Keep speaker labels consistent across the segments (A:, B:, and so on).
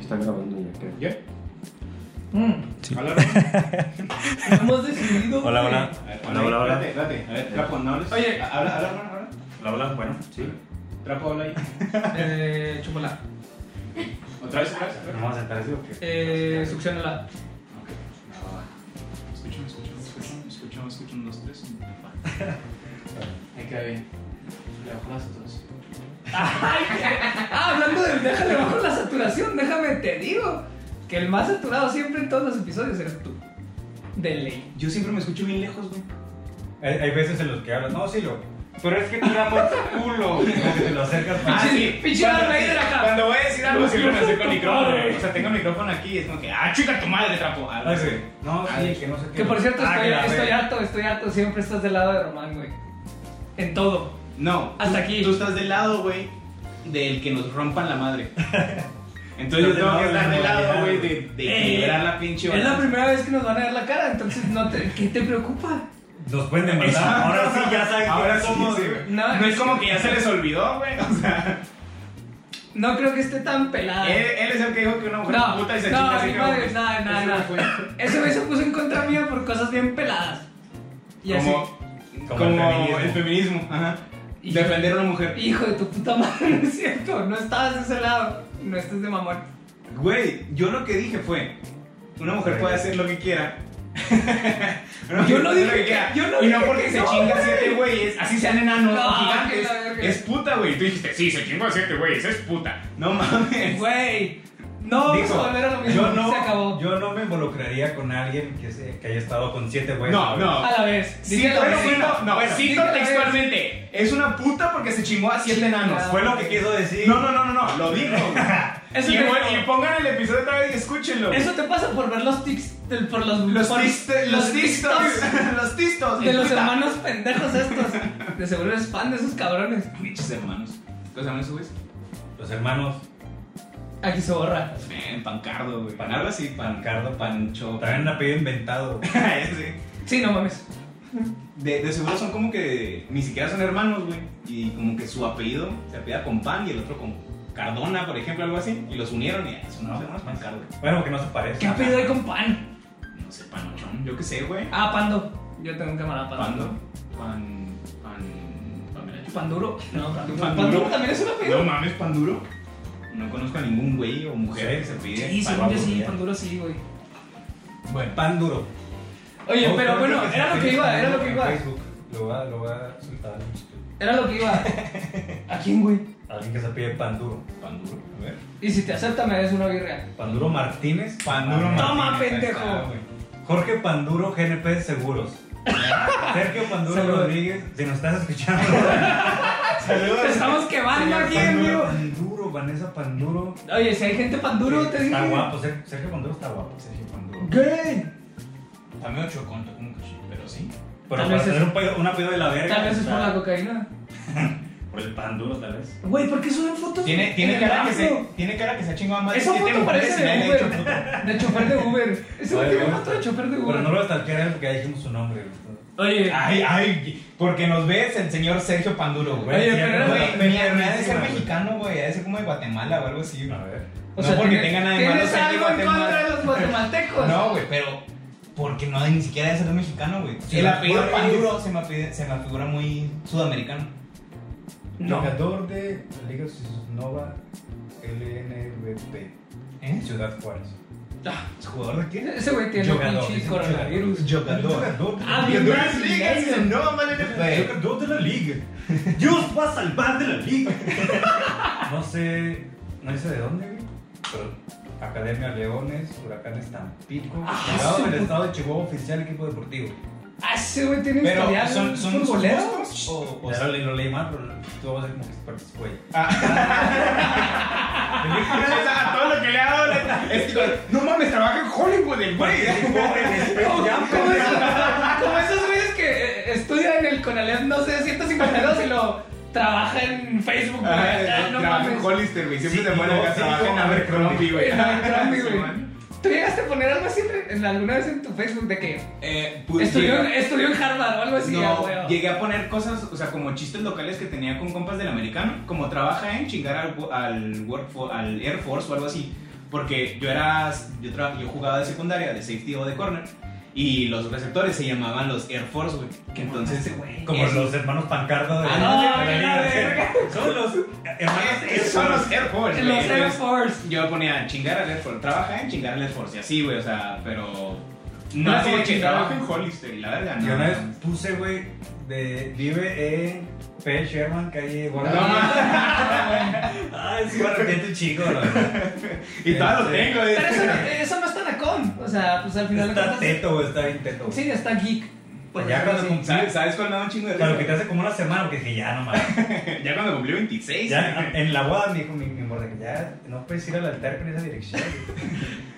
A: Están grabando ya, creo.
B: ¿Ya? Mm,
C: Sí.
B: alarma.
D: hemos decidido.
C: Hola,
D: güey.
C: hola.
B: A ver,
E: Hola, hola, hola.
B: Espérate, espérate. A ver, Trapo, no hables.
D: Oye.
B: habla, habla, hermano, habla.
E: Hola, hola, bueno, sí.
B: Trapo, habla ahí.
D: Eh, chúpala.
B: Otra vez, otra vez. otra
E: ¿No
B: vez.
E: vamos a sentar así o qué?
D: Eh, succionala.
B: Ok. No, va. Escucho, escucho, escucho, escucho, escucho, un, dos, tres. y- Ahí queda bien. Le bajo las dos.
D: Ah, hablando de déjale bajo la saturación, déjame te digo que el más saturado siempre en todos los episodios eres tú. De ley.
B: Yo siempre me escucho bien lejos, güey.
E: Hay, hay veces en los que hablas, no, sí, lo. Pero es que te amo el culo. Como que te lo acercas más.
D: Ah, sí. Pinche
B: Cuando-
D: Darth Vader acá.
B: Cuando voy a decir algo, siempre me acerco al micrófono.
D: Madre.
B: güey. O sea, tengo el micrófono aquí y es como que, ah, chica tu madre, trapo. Ah,
E: Ah, sí. No, sí, que no sé qué.
D: Que por cierto,
E: Ah,
D: estoy,
E: que la
D: estoy
E: ve.
D: harto, estoy harto. Siempre estás del lado de Román, güey. En todo.
B: No.
D: Hasta
B: tú-
D: aquí.
B: Tú estás del lado, güey, del que nos rompan la madre. Entonces yo
E: Estás del
B: tengo
E: lado
B: que estar
E: de
B: del
E: la
B: lado, güey,
E: moralidad,
B: de, de equilibrar la pinche
D: Es la
B: balanza.
D: primera vez que nos van a ver la cara, entonces no te, ¿qué te preocupa?
E: Nos pueden demandar. Ahora sí, ya saben.
B: Ahora
E: que-
B: somos.
E: sí, güey.
D: No,
B: No es como que ya se les olvidó, güey. O sea,
D: No creo que esté tan pelada.
B: él, él es el que dijo que una
D: No,
B: buena puta y se
D: no,
B: chinga así
D: mi
B: que,
D: madre,
B: güey,
D: nada, nada,
B: ese
D: nada.
B: güey
D: Ese güey se puso en contra mía por cosas bien peladas. Y
B: Como, como,
E: Como el
B: el,
E: feminismo.
B: feminismo. Ajá.
D: Y-
B: Defender a una mujer.
D: así. Hijo de tu puta madre, no es cierto. No estabas de ese lado. No estés de mamón.
B: Güey, yo lo que dije fue: una mujer puede hacer lo que quiera. Una
D: Yo
B: mujer
D: no
B: puede hacer
D: dije
B: lo que
D: que-
B: quiera.
D: yo no
B: y no
D: dije
B: porque
D: que
B: se
D: no,
B: chinga
D: güey.
B: siete güeyes, así sean enanos
D: No,
B: o gigantes.
D: que la verga.
B: Es puta, güey. Y Tú dijiste: sí, se chingó a siete güeyes, es puta. No mames.
D: Güey, no vamos
E: Dijo,
D: a volver a lo mismo.
E: Yo no,
D: Se acabó.
E: yo no me involucraría con alguien que, se- que haya estado con siete güeyes.
B: No, no.
D: A la vez.
B: Sí,
D: Dije a la
B: bueno,
D: vez.
B: bueno, no,
D: Bueno,
B: cito
D: dije a la vez.
B: textualmente. Es una puta porque se chingó a siete enanos.
D: Chingada.
E: Fue lo que quiso decir.
B: No, no, no, no, no, lo dijo. güey.
D: Eso
B: y,
D: te
B: güey,
D: digo.
B: y pongan el episodio otra vez y escúchenlo.
D: Eso te pasa por ver los tics. del- Por los,
B: Los,
D: por-
B: tist- los
D: los
B: tistos. Los tistos.
D: De
B: en
D: los
B: puta.
D: hermanos pendejos estos. De seguro eres fan de esos cabrones.
B: Pinches hermanos. ¿Los hermanos subes?
E: Los hermanos
D: Aquí se borra.
B: Ven, pancardo, güey.
E: Pan-
B: algo así, pancardo, pancho.
E: traen un apellido inventado.
B: Sí.
D: Sí, no mames.
B: De, de seguro son como que ni siquiera son hermanos, güey. Y como que su apellido se apellida con pan y el otro con Cardona, por ejemplo, algo así. Y los unieron y ah, son unos hermanos
D: pues.
B: pancardo.
E: Bueno, que no se
D: ¿Qué
E: parece.
D: ha pedido ahí con pan?
B: No sé, panochón. Yo qué sé, güey.
D: Ah, pando. Yo tengo un camarada pando.
B: Pando. Pan. Pan. Pamela Chu-
D: Panduro. No, panduro.
B: Panduro.
D: Panduro también es un
B: No
D: apellido.
B: mames, pan duro. No conozco a ningún güey o mujer que se pide.
D: Sí,
B: pan
D: según yo
B: duro.
D: sí, panduro sí, güey.
E: Bueno, pan duro.
D: Oye,
E: No,
D: pero
E: creo
D: bueno,
E: que
D: era
E: sí,
D: lo que
E: sí,
D: iba,
E: sí,
D: era
E: sí,
D: lo que
E: en
D: iba.
E: Facebook. Lo va, lo va a soltar.
D: Era lo que iba. ¿A quién, güey?
E: Alguien que se pide pan duro.
B: Pan duro, a ver.
D: Y si te acepta, me des una birria.
E: Panduro Martínez.
B: Panduro
E: Ah,
D: Toma,
B: Martínez, ahí
D: pendejo.
B: está, güey.
E: Jorge Panduro, GNP Seguros. Sergio Panduro
D: Saludos.
E: Rodríguez, si nos estás escuchando.
D: Te estamos quemando
E: Señor
D: aquí,
E: Panduro,
D: amigo.
E: Panduro, Vanessa Panduro. Eh,
D: Oye, si hay gente panduro, te dije.
E: Está guapo, Ser- Sergio Panduro está guapo. Sergio Panduro.
D: ¿Qué?
B: Está medio choconto, como que sí, pero sí.
E: Pero
D: Tal
E: para
D: vez es-
E: tener un pedo, un apellido de la verga.
D: Tal vez es por
E: está-
D: la cocaína.
E: Por el pan duro, tal vez.
D: Güey, ¿por qué suben fotos?
B: Tiene,
D: en
B: tiene,
D: el
B: cara que
D: brazo?
B: se, tiene cara que se ha chingado más de
D: Esa
B: siete
D: foto
B: mujeres
D: parece
B: y nadie
D: de
B: le ha dicho
D: Uber. De chofer de Uber. Ese güey
E: Oye,
D: tiene
E: güey.
D: foto de chofer de
E: Pero no
D: Uber.
E: lo stalkear él porque ya dijimos su nombre. güey.
D: Oye,
B: Ay, ay, porque nos ves el señor Sergio Panduro, güey.
D: Oye,
E: sí,
D: pero
E: ya
D: era
E: no
D: güey,
E: la
B: Güey, ni
E: tenía
B: ha ni ha de ser
E: encima, güey.
B: mexicano, güey, ha de ser como de Guatemala o algo así, güey.
E: A ver.
D: o
B: no
D: sea,
B: porque
D: tienes-
B: tenga nada de malo
D: ¿Tienes
B: ser de
D: algo en
B: Guatemala.
D: contra de los guatemaltecos?
B: No, güey, pero porque no ni siquiera de ser mexicano, güey.
E: Sí,
B: el
E: los
B: apellido
E: pobres.
B: Panduro se me, apide- se me figura muy sudamericano.
D: No.
E: Jugador de la Liga Nova LNBP.
B: ¿Eh?
E: Ciudad Juárez.
D: Ah,
B: ¿Jugador de qué?
D: Ese güey tiene
E: Jugador,
D: pinche
E: es un
D: coronavirus. Ah, bien
B: Jugador de
D: brasileño.
B: ligas, no, vale,
E: El Jugador de la liga. Dios va a salvar de la liga. No sé, no sé de dónde, güey, pero Academia Leones, Huracanes Tampico,
D: Ah,
E: jugado en
D: sí.
E: el estado de Chihuahua oficial equipo deportivo.
D: Ah, ese güey tiene
B: Pero
D: historial
B: son, son
D: futbolero.
B: boleros o, o
E: O pues, Ah. sea, lo, lo leí mal, pero tú vas a ser como que participó ahí.
B: a todo lo que le ha dado no mames, trabaja en Hollywood el güey.
D: ¿Cómo, cómo esos, como esos güeyes que eh, estudian en el Conalep, no sé, 152 y lo trabaja en Facebook, güey. Ah, no
B: Trabaja en
D: mames.
B: Hollister, güey. Siempre
E: Sí,
B: se pone
E: no,
B: acá,
E: sí,
B: trabaja en
E: con
B: Abercrombie, güey.
D: En Abercrombie, güey.
B: Sí, man.
D: ¿Tú llegaste a poner algo así en- en alguna vez en tu Facebook de que
B: Eh, pues,
D: estudió,
B: llegué-
D: estudió en Harvard o algo así? ah,
B: no,
D: güey.
B: llegué a poner cosas, o sea, como chistes locales que tenía con compas del americano, como trabaja en chingar al, al, work for- al Air Force o algo así. Porque yo era. Yo, tra- yo jugaba de secundaria, de safety o de corner. Y los receptores se llamaban los Air Force, güey. Que entonces.
D: güey.
E: Como
B: Eso.
E: los hermanos Pancarta de
B: Ah,
D: no,
E: de la
D: güey,
E: liga,
D: la verga.
E: sí. Son los hermanos
B: Eh, Son los Air Force.
D: Los
B: güey.
D: Air Force.
B: Yo ponía chingar al Air Force. Trabaja en chingar al Air Force. Y así, güey. O sea, pero. No
D: Ah,
B: así
D: como
B: de que
D: chingar.
B: trabaja en Hollister. Y la verga,
E: Yo
B: no.
E: una vez puse, güey, de vive en P. Sherman, calle Guardia.
B: No,
E: Ay, sí, me arrepiento chico, la verdad.
B: Y todavía lo
E: Este,
B: tengo, güey.
D: Pero eso, eso no está nacón. O sea, pues al final de
E: Está
D: cuentas.
E: teto, güey, está bien teto.
D: Sí, está geek. por
E: Ya
D: decirlo
E: cuando
D: así.
E: cum-
B: ¿Sabes, ¿Sabes cuál me da un chingo de
E: Para lo que te
B: risa?
E: hace como una semana, porque dije, ya no mames.
B: Ya cuando cumplí 26.
E: Ya en la boda me dijo mi, mi morra que ya no puedes ir al altar con esa dirección.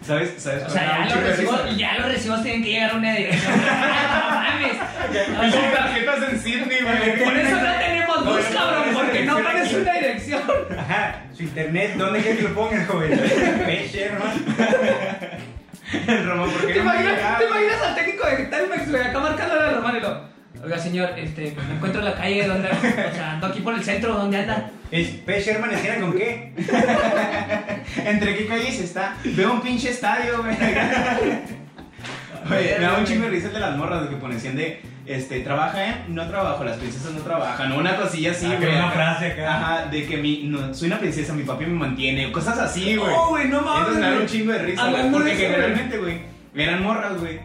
B: ¿Sabes, ¿Sabes
D: O
B: cuál me da
D: sea, ya
B: un chingo
D: los,
B: de
D: recibos,
B: risa?
D: ya los recibos tienen que llegar a una dirección. Ah, No mames. O
B: Son
D: sea,
B: tarjetas en Sydney, güey.
D: por eso no tenemos
E: No,
D: luz,
E: no,
D: cabrón,
E: no, no,
D: porque
E: no,
D: no
E: no,
D: parece
E: no,
D: una dirección.
E: Ajá, su internet, ¿dónde quieres que lo ponga, joven? Peche, hermano.
B: El Ramón, ¿por qué
D: ¿Te
B: no me
D: imaginas, ¿Te
B: llega?
D: imaginas al técnico de Telmex, güey, acá marcándole a Román y lo... Oiga, señor, este, me encuentro en la calle donde... O sea, ando aquí por el centro, ¿dónde anda?
E: Es Peche, hermano, ¿esquina con qué?
B: Entre qué calles está. Veo un pinche estadio, güey. Oye, me da un chingo de risa el de las morras que ponen de. Este, trabaja en, no trabajo, las princesas no trabajan, o una cosilla así,
E: Ah, que
B: güey.
E: una frase acá.
B: Ajá, de que mi, no, soy una princesa, mi papi me mantiene, o cosas así, güey.
D: Oh, güey, no mames,
B: Eso me da un
D: güey.
B: chingo de risa, güey.
D: Hablando de
B: Porque
D: eso, güey.
B: generalmente, güey, eran morras, güey,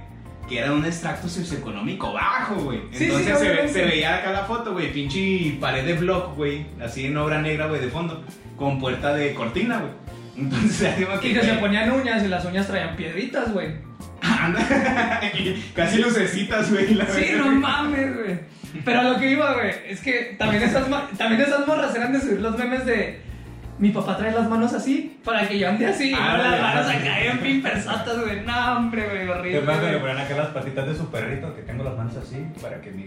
B: que eran un extracto socioeconómico bajo, güey.
D: Sí, sí,
B: Entonces se, ve-
D: obviamente.
B: se veía acá la foto, güey, pinche pared de blog, güey, así en obra negra, güey, de fondo, con puerta de cortina, güey. Entonces, hacíamos
D: Y que se ponían uñas y las uñas traían piedritas, güey.
B: Anda. ah, Casi lucecitas, güey. la
D: Sí,
B: verdad.
D: no mames, güey. Pero a lo que iba, güey, es que también esas, ma- también esas morras eran de subir los memes de... Mi papá trae las manos así para que yo ande así. y no
B: Ah,
D: las
B: güey,
D: manos
B: ah, sí.
D: acá en pimpersatas, güey. No, hombre, güey, horrible.
E: Te mando que le
D: güey.
E: ponen acá las patitas de su perrito, que tengo las manos así, para que mi.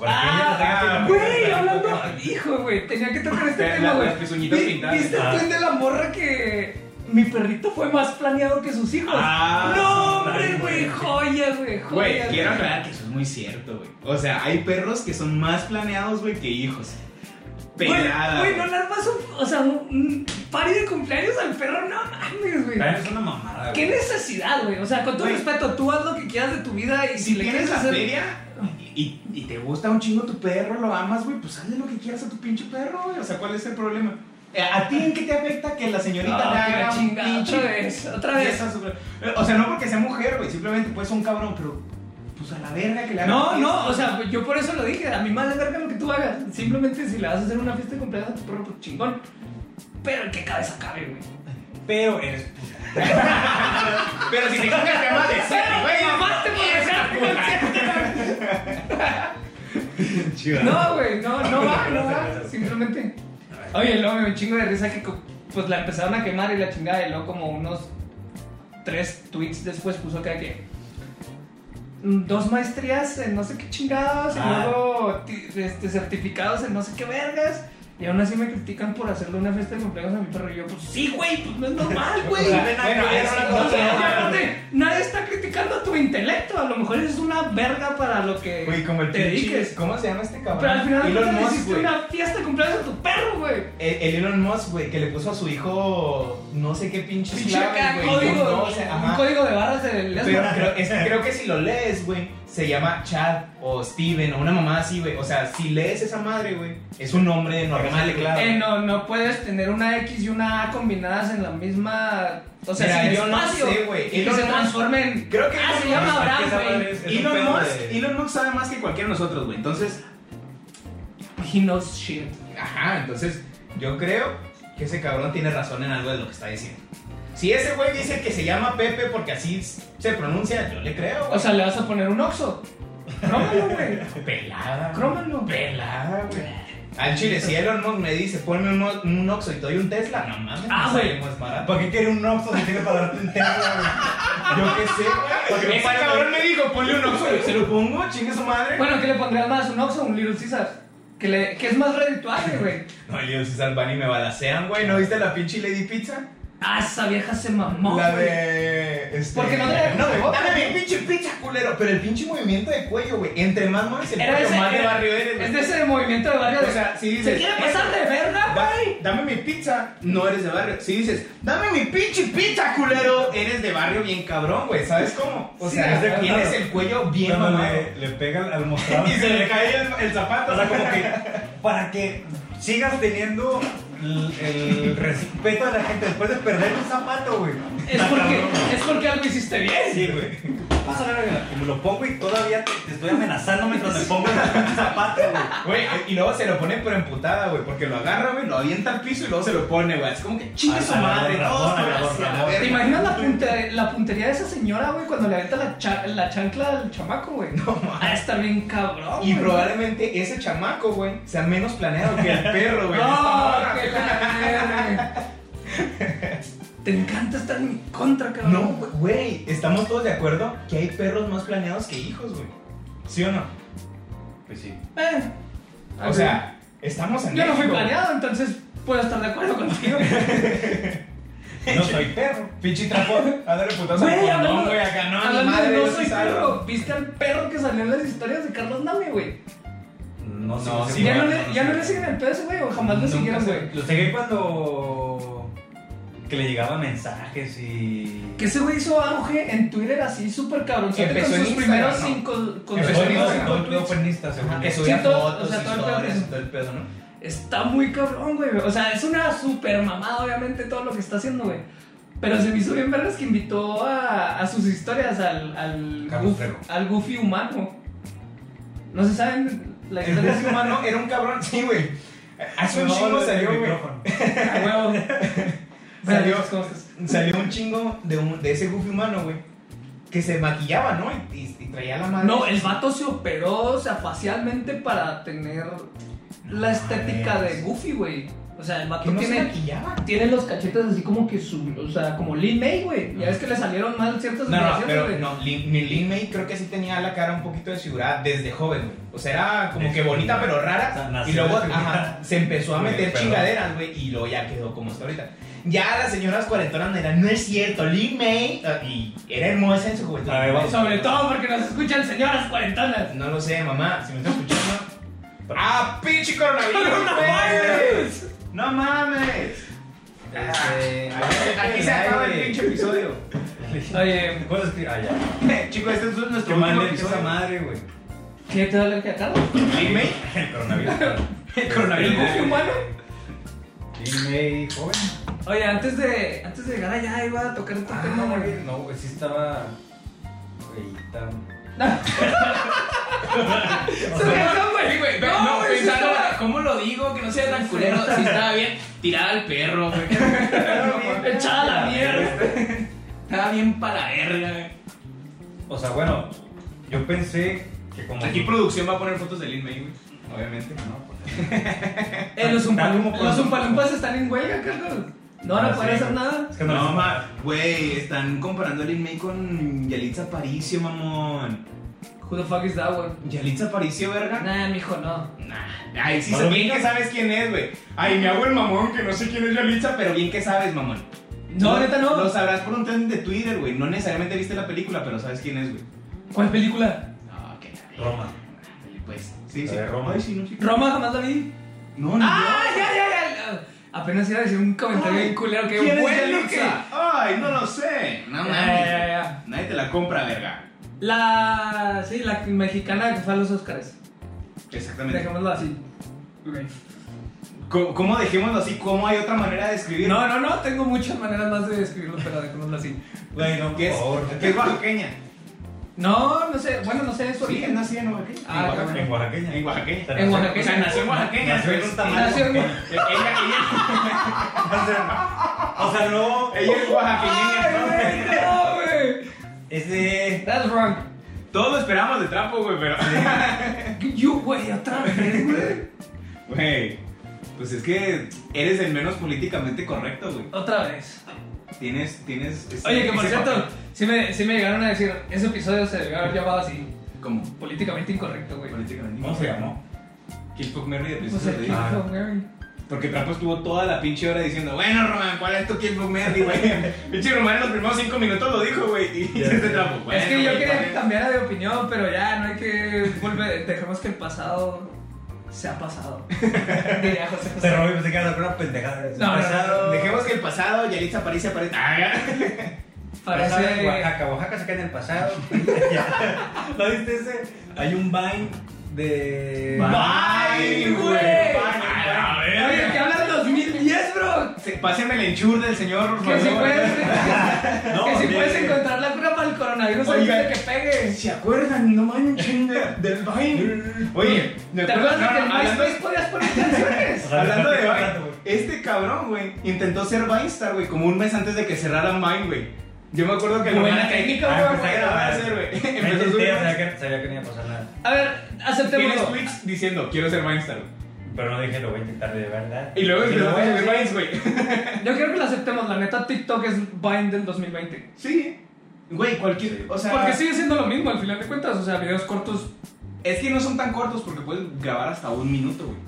E: Para que ella no tenga que
D: Ah,
E: la-
D: güey, hablando, hijo, güey, tenía que tocar este
B: La-
D: tema,
B: la-
D: güey.
B: las pezuñitas
D: Vi-
B: pintadas.
D: ¿Viste
E: Ah.
D: el tren de la morra que mi perrito fue más planeado que sus hijos?
B: Ah.
D: no, hombre, güey, joyas, güey, joyas.
B: Güey, quiero aclarar que eso es muy cierto, güey. O sea, hay perros que son más planeados, güey, que hijos.
D: Güey,
B: Pelada.
D: Güey,
B: güey.
D: no le armas un, o sea, un- un party de cumpleaños al perro, no mames, güey.
E: También es una mamada.
D: Qué
E: güey.
D: necesidad, güey. O sea, con todo
B: Güey.
D: respeto, tú haz lo que quieras de tu vida y si,
B: Si
D: le
B: tienes
D: quieres
B: la
D: hacer...
B: feria y, y- y te gusta un chingo tu perro, lo amas, güey, pues hazle lo que quieras a tu pinche perro, güey. O sea, ¿cuál es el problema? Eh, ¿A ti en qué te afecta que la señorita
D: Ah,
B: te
D: que la
B: haga un
D: chingada,
B: pinche
D: otra vez, otra vez.
B: Esa super- Eh, O sea, no porque sea mujer, güey, simplemente puede ser un cabrón, pero pues a la verga que le haga
D: No, no, o sea, pues, yo por eso lo dije. A mí más de verga lo que tú hagas. Simplemente si le vas a hacer una fiesta de cumpleaños a tu perro, pues chingón. Pero el que cabeza cabe, güey.
E: Pero eres puta.
B: Pero si te coges que más de
D: Pero,
B: cero,
D: güey,
B: güey.
D: mamaste por dejar-
B: Chido.
D: No, güey, no, no va, no va. Simplemente. Oye, luego me chingo de risa que co- pues la empezaron a quemar y la chingada. Y luego, como unos tres tweets después, puso acá que. mm, Dos maestrías en no sé qué chingados,
E: Ah.
D: y luego ti- este, certificados en no sé qué vergas. Y aún así me critican por hacerle una fiesta de cumpleaños a mi perro. Y yo, pues sí, güey, pues no es normal, güey.
E: O sea, ven acá,
B: Bueno,
E: es
B: eso
E: una
B: no
D: O sea, y
E: cosa-
D: aparte, nadie está criticando tu intelecto. A lo mejor es una verga para lo que
B: Pues
E: Güey, como el
D: te
E: pinche.
D: dediques.
E: ¿Cómo se llama este cabrón?
D: Pero al final
B: Elon
D: de cuentas,
B: Musk,
D: hiciste
B: güey.
D: una fiesta de cumpleaños a tu perro, güey.
B: El, el Elon Musk, güey, que le puso a su hijo no sé qué pinches
D: Pinche acá,
B: claves, güey.
D: código,
B: No, o sea,
D: un
B: ajá.
D: código de barras del
B: Pero creo, es- creo que si lo lees, güey, se llama Chad o Steven o una mamá así, güey. O sea, si lees esa madre, güey, es un nombre normal, claro.
D: Eh, no, no puedes tener una X y una A combinadas en la misma. O sea,
B: Mira,
D: sin
B: yo no
D: espacio,
B: sé, güey.
D: Y que
B: Elon
D: se
B: Musk-
D: transformen en.
B: Creo que
D: Ah,
B: Elon
D: se llama
B: Musk-
D: Abraham,
E: esa madre
D: güey.
E: es- es un
B: Elon
E: pedo
B: Musk,
E: de-
B: Elon Musk sabe más que cualquiera de nosotros, güey. Entonces,
D: He knows shit.
B: ajá, entonces yo creo que ese cabrón tiene razón en algo de lo que está diciendo. Si ese güey dice que se llama Pepe porque así se pronuncia, yo le creo.
D: O sea, le vas a poner un oxo. Crómalo, güey.
B: pelada.
D: Crómalo.
B: Pelada, güey. Al chile, si Elon Musk me dice, ponme un, o- un Oxxo y te doy un Tesla, no mames.
D: Ah,
B: no
D: güey.
B: salimos barato.
E: ¿Para qué quiere un Noxo si tiene para darte un Tesla, güey? Yo qué sé, güey. Porque
B: Ese
E: me pagan-
B: cabrón me dijo, ponle un Oxxo, yo se lo pongo, chingue su madre.
D: Bueno, ¿qué le pondrías más? ¿Un oxo o un Little Caesar? Que, le, que es más redituable, güey.
B: No, el Dios César van y me balacean, güey. ¿No viste la pinche Lady Pizza?
D: Ah, esa vieja se mamó.
B: la
D: güey.
B: de. Este...
D: Porque no traía
B: No, güey,
D: cubrebocas,
B: dame
D: ¿no?
B: mi pinche pizza, culero. Pero el pinche movimiento de cuello, güey. Entre más mueves el
D: Era
B: cuello,
D: ese,
B: más de
D: era-
B: barrio eres.
D: Es
B: güey.
D: de ese movimiento de varios.
B: O sea, si dices. eh,
D: ¿Se quiere pasar de verga,
B: Da-
D: güey?
B: dame mi pizza, no eres de barrio. Si dices, dame mi pinche pizza, culero, eres de barrio bien cabrón, güey. ¿Sabes cómo? O
E: Sí,
B: sea,
E: es de-
B: tienes
E: claro.
B: el cuello bien
E: Cuando
B: mamado.
E: le, le pega al mostrador.
B: Y se le cae el, el zapato.
E: O sea, como que para que sigas teniendo el, el respeto de la gente después de perder un zapato, güey.
D: Es porque, es porque algo hiciste bien.
E: Sí, güey. Pasa la verga. Me lo pongo y todavía te, te estoy amenazando mientras me pongo el zapato, güey.
B: Güey, y luego se lo pone por emputada, güey, porque lo agarra, güey, lo avienta al piso y luego se lo pone, güey. Es como que chingue
E: Ah,
B: su
E: la
B: madre,
E: gorra,
B: todos
E: gorra,
B: con la-
E: gorra,
B: hacia la
E: gorra.
B: verga.
D: ¿Te imaginas la, punte- la puntería de esa señora, güey, cuando le aventa la, cha- la chancla al chamaco, güey? No, Ah, está bien cabrón.
B: Y
D: güey.
B: probablemente ese chamaco, güey, sea menos planeado que el perro, güey.
D: No, que la verga. Te encanta estar en mi contra, cabrón.
B: No, güey, estamos todos de acuerdo que hay perros más planeados que hijos, güey. ¿Sí o no?
E: Pues sí.
D: Eh,
B: O sea, estamos en
D: yo no fui
B: México, güey.
D: planeado, entonces puedo estar de acuerdo contigo.
E: No soy perro.
B: Pinche trapo, a darle putazo al
D: Güey,
B: condón,
D: hablando,
B: güey, acá no, ni
D: hablando
B: madre,
D: de no
B: yo sí
D: soy
B: salgo.
D: perro. ¿Viste al perro que salió en las historias de Carlos Name, güey?
E: No, sé.
B: No,
E: si
B: sí,
D: ¿Ya,
B: güey,
D: no
B: no,
D: le,
B: no
D: ya
B: sé.
D: no le siguen el pedo a ese güey o jamás lo
E: Nunca
D: siguieron,
E: sé.
D: güey?
E: Lo seguí cuando. que le llegaban mensajes y.
D: Que ese güey hizo auge en Twitter así súper cabrón.
B: Empezó
D: con
B: en
D: sus
B: Instagram,
D: primeros
B: ¿no?
D: cinco... Con
E: Empezó
D: sus
E: en
D: primeros
E: Instagram,
D: cinco
E: todo
D: tweets.
E: feminista, según
B: Ajá,
E: yo.
B: que subía
D: Sí, todo-
B: fotos,
D: o sea, todo el
B: historias,
D: pedo que-
B: todo el pedo, ¿no?
D: Está muy cabrón, güey. O sea, es una super mamada, obviamente, todo lo que está haciendo, güey. Pero se me hizo bien vergas que invitó a, a sus historias al, al,
E: Carlos
D: goofy,
E: Trejo.
D: al Goofy humano. No se saben la historia de ese humano.
B: era un cabrón, sí, güey. Hace un
E: Me va a
B: chingo
E: volver el
B: salió, güey.
E: micrófono.
D: A huevo.
B: Salió.
D: Buenas noches, ¿cómo estás?
B: Salió un chingo de, un- de ese goofy humano, güey. Que se maquillaba, ¿no? Y, y- y traía la madre.
D: No, el vato se operó, o sea, facialmente para tener la estética de Goofy, güey. O sea, el
B: Que
D: vato
B: no se
D: tiene,
B: maquillaba.
D: tiene los cachetes así como que su, o sea, como Lin May, güey. Ya ves que le salieron mal ciertas
B: No, no,
D: operaciones,
B: pero
D: güey.
B: no, Lin- mi Lin May creo que sí tenía la cara un poquito desfigurada desde joven, güey. O sea, era como que bonita pero
E: O sea,
B: rara.
E: nació
B: Y luego
E: desfigurada.
B: ajá, se empezó a
E: Güey,
B: meter
E: perdón.
B: chingaderas, güey, y luego ya quedó como está ahorita. Ya las señoras cuarentonas eran, no es cierto, Lin May. ah, Y era hermosa en su juventud.
E: A ver, vamos.
D: Sobre todo porque nos escuchan señoras cuarentonas.
B: No lo sé, mamá, si me está escuchando. ¡Ah, pinche coronavirus!
D: ¡Coronavirus!
B: güey! ¡No mames!
E: Este,
B: Ah, aquí, aquí se acaba el pinche episodio.
D: Oye,
E: ¿Cuál es que.? Ah, ya.
B: Chicos, este es
E: Qué
B: nuestro
E: mal
B: último
E: le hizo esa
B: episodio.
E: madre, güey.
D: ¿qué te da que a Carlos?
B: Lin May.
E: El coronavirus.
B: El coronavirus.
E: Este,
D: ¿El goofy humano?
E: Dime, joven.
D: Oye, antes de, antes de llegar allá iba a tocar otro tema,
E: Ah,
D: güey.
E: no, güey, sí estaba. Güey, estaba.
D: Se me acaba, güey, güey.
A: Ve- No,
D: güey,
A: pensando,
D: se estaba-
A: ¿cómo lo digo? Que no sea tan culero. Si estaba bien, tirada al perro, güey.
D: Echada a la mierda.
A: Estaba bien para verga, güey.
E: O sea, bueno, yo pensé que como.
B: Aquí producción va a poner fotos de Lin May, güey. Obviamente.
E: No, pues,
D: Eh, los
E: Está como-
D: umpalumpas están en huelga, Carlos. No van
E: Ah,
D: a poder
E: sí.
D: hacer nada.
E: es que no, les-
B: güey, están comparando a Lin May con Yalitza Aparicio, mamón.
D: Who the fuck is that, güey?
B: ¿Yalitza Aparicio, verga?
D: Nah, mijo, no.
B: Nah, ay, sí,
E: ¿No
B: sé-
E: lo
B: bien
E: ubicas?
B: que sabes quién es, güey. Ay, me hago el mamón que no sé quién es Yalitza, pero bien que sabes, mamón.
D: No, neta,
B: Lo
D: no.
B: sabrás por un trend de Twitter, güey. No necesariamente viste la película, pero sabes quién es, güey.
D: ¿Cuál película?
B: No, que la
E: Roma.
B: Pues, sí,
E: La
B: sí.
E: de Roma.
B: Ay, sí, no, sí.
D: Roma jamás la vi.
B: No, no.
D: ¡Ah, ya, ya, ya! Apenas iba a decir un comentario
B: Ay,
D: bien culero que
B: ¿Quién es
D: bueno
B: Yalitza?
D: que.
B: Ay, no lo sé. No mames.
D: Ya, ya, ya.
B: Nadie te la compra, verga.
D: La. Sí, la mexicana que fue a los Oscars.
B: Exactamente.
D: Dejémoslo así.
B: ¿Cómo, cómo dejémoslo así? ¿Cómo hay otra manera de escribir?
D: No, no, no, tengo muchas maneras más de describirlo, pero dejémoslo así.
E: Güey, no, por
B: Que es,
E: favor.
B: que es oaxaqueña.
D: No, no sé, bueno, no sé su
B: Sí,
D: origen.
B: nací en Oaxaca.
D: Ah,
B: en Oaxaca.
D: cabrón.
E: En Oaxaqueña.
B: En Oaxaqueña.
D: En Oaxaqueña.
B: O sea, nació en Oaxaqueña.
E: Nació en
B: pues.
E: un tamal.
D: Nació en-
B: Ella, ella,
E: O sea, o sea, no.
B: ella es
D: ¡Ay,
B: oaxaqueña.
D: güey, no, güey!
E: Ese.
D: That's wrong.
B: Todos lo esperamos de trapo, güey, pero... eh,
D: You, güey, otra vez, güey.
B: Güey, pues es que eres el menos políticamente correcto, güey.
D: Otra vez.
B: Tienes, tienes... ese-
D: Oye, que por
B: ese
D: cierto,
B: papel.
D: sí me, sí me llegaron a decir, ese episodio se debió haber llamado así,
B: ¿Cómo?
D: políticamente incorrecto, güey.
B: Políticamente.
E: ¿Cómo se llamó?
B: Kill Fuck Mary de
D: O
B: Princesa
D: sea,
B: de
D: ¿qué
B: Disney.
D: hizo, güey?
B: Porque Trapo estuvo toda la pinche hora diciendo, bueno, Román, ¿cuál es tu Kill Fuck Mary, güey? pinche Román en los primeros cinco minutos lo dijo, güey. Y
E: Ya
B: este
E: sé.
B: Trapo,
D: Es que yo
B: güey,
D: quería que
B: ¿cuál
D: cambiara de opinión, pero ya no hay que volver, dejemos que el pasado se ha pasado. Diría José José.
E: Pero hoy pensé que era una pendejada.
D: No, no,
E: Pasado-
B: Dejemos que el pasado, Yalitza Aparicio aparece. ¡Ah!
E: Pasado en
D: Parece.
E: Oaxaca, Oaxaca se queda en el pasado. ¿No viste ese? Hay un Vine de.
D: Vine, güey.
B: A
D: Oye, ¿qué
B: ver.
D: hablas de 2010, bro?
B: Se- Páseme el enchur del señor. por
D: Que si
B: favor.
D: puedes,
E: No,
D: que si
E: bien.
D: puedes encontrar la cura para el coronavirus
B: Oiga.
D: antes de que pegue.
B: ¿Se
E: Ah,
B: acuerdan? No manches, chinga, del Vine. Oye, ¿te
D: ¿Te
B: acuerdas?
D: acuerdas de que
B: No,
D: en
B: no, hablando-
D: MySpace podías poner canciones?
B: Hablando de Vine, este cabrón, güey, intentó ser Vinestar, güey, como un mes antes de que cerraran Vine, güey. Yo me acuerdo que lo
D: Buena
B: mandaste-
D: técnica,
B: Ah,
D: güey,
B: empezó a
E: güey.
B: grabar, hacer, güey. Empezó a subir.
E: sabía que, sabía que no iba a pasar nada.
D: A ver, aceptémoslo.
B: Tienes tweets diciendo, quiero ser Vinestar.
E: Pero no dije, lo voy a intentar de verdad.
B: Y luego
E: lo
B: empezó
E: voy
B: a
E: a
B: subir
E: hacer.
B: Vines, güey.
D: Yo creo que lo aceptemos, la neta TikTok es Vine del 2020.
B: Sí. Güey, cualquier.
E: Sí.
B: O sea,
D: Porque sigue siendo lo mismo al final de cuentas, o sea, videos cortos.
B: es que no son tan cortos porque puedes grabar hasta un minuto, güey.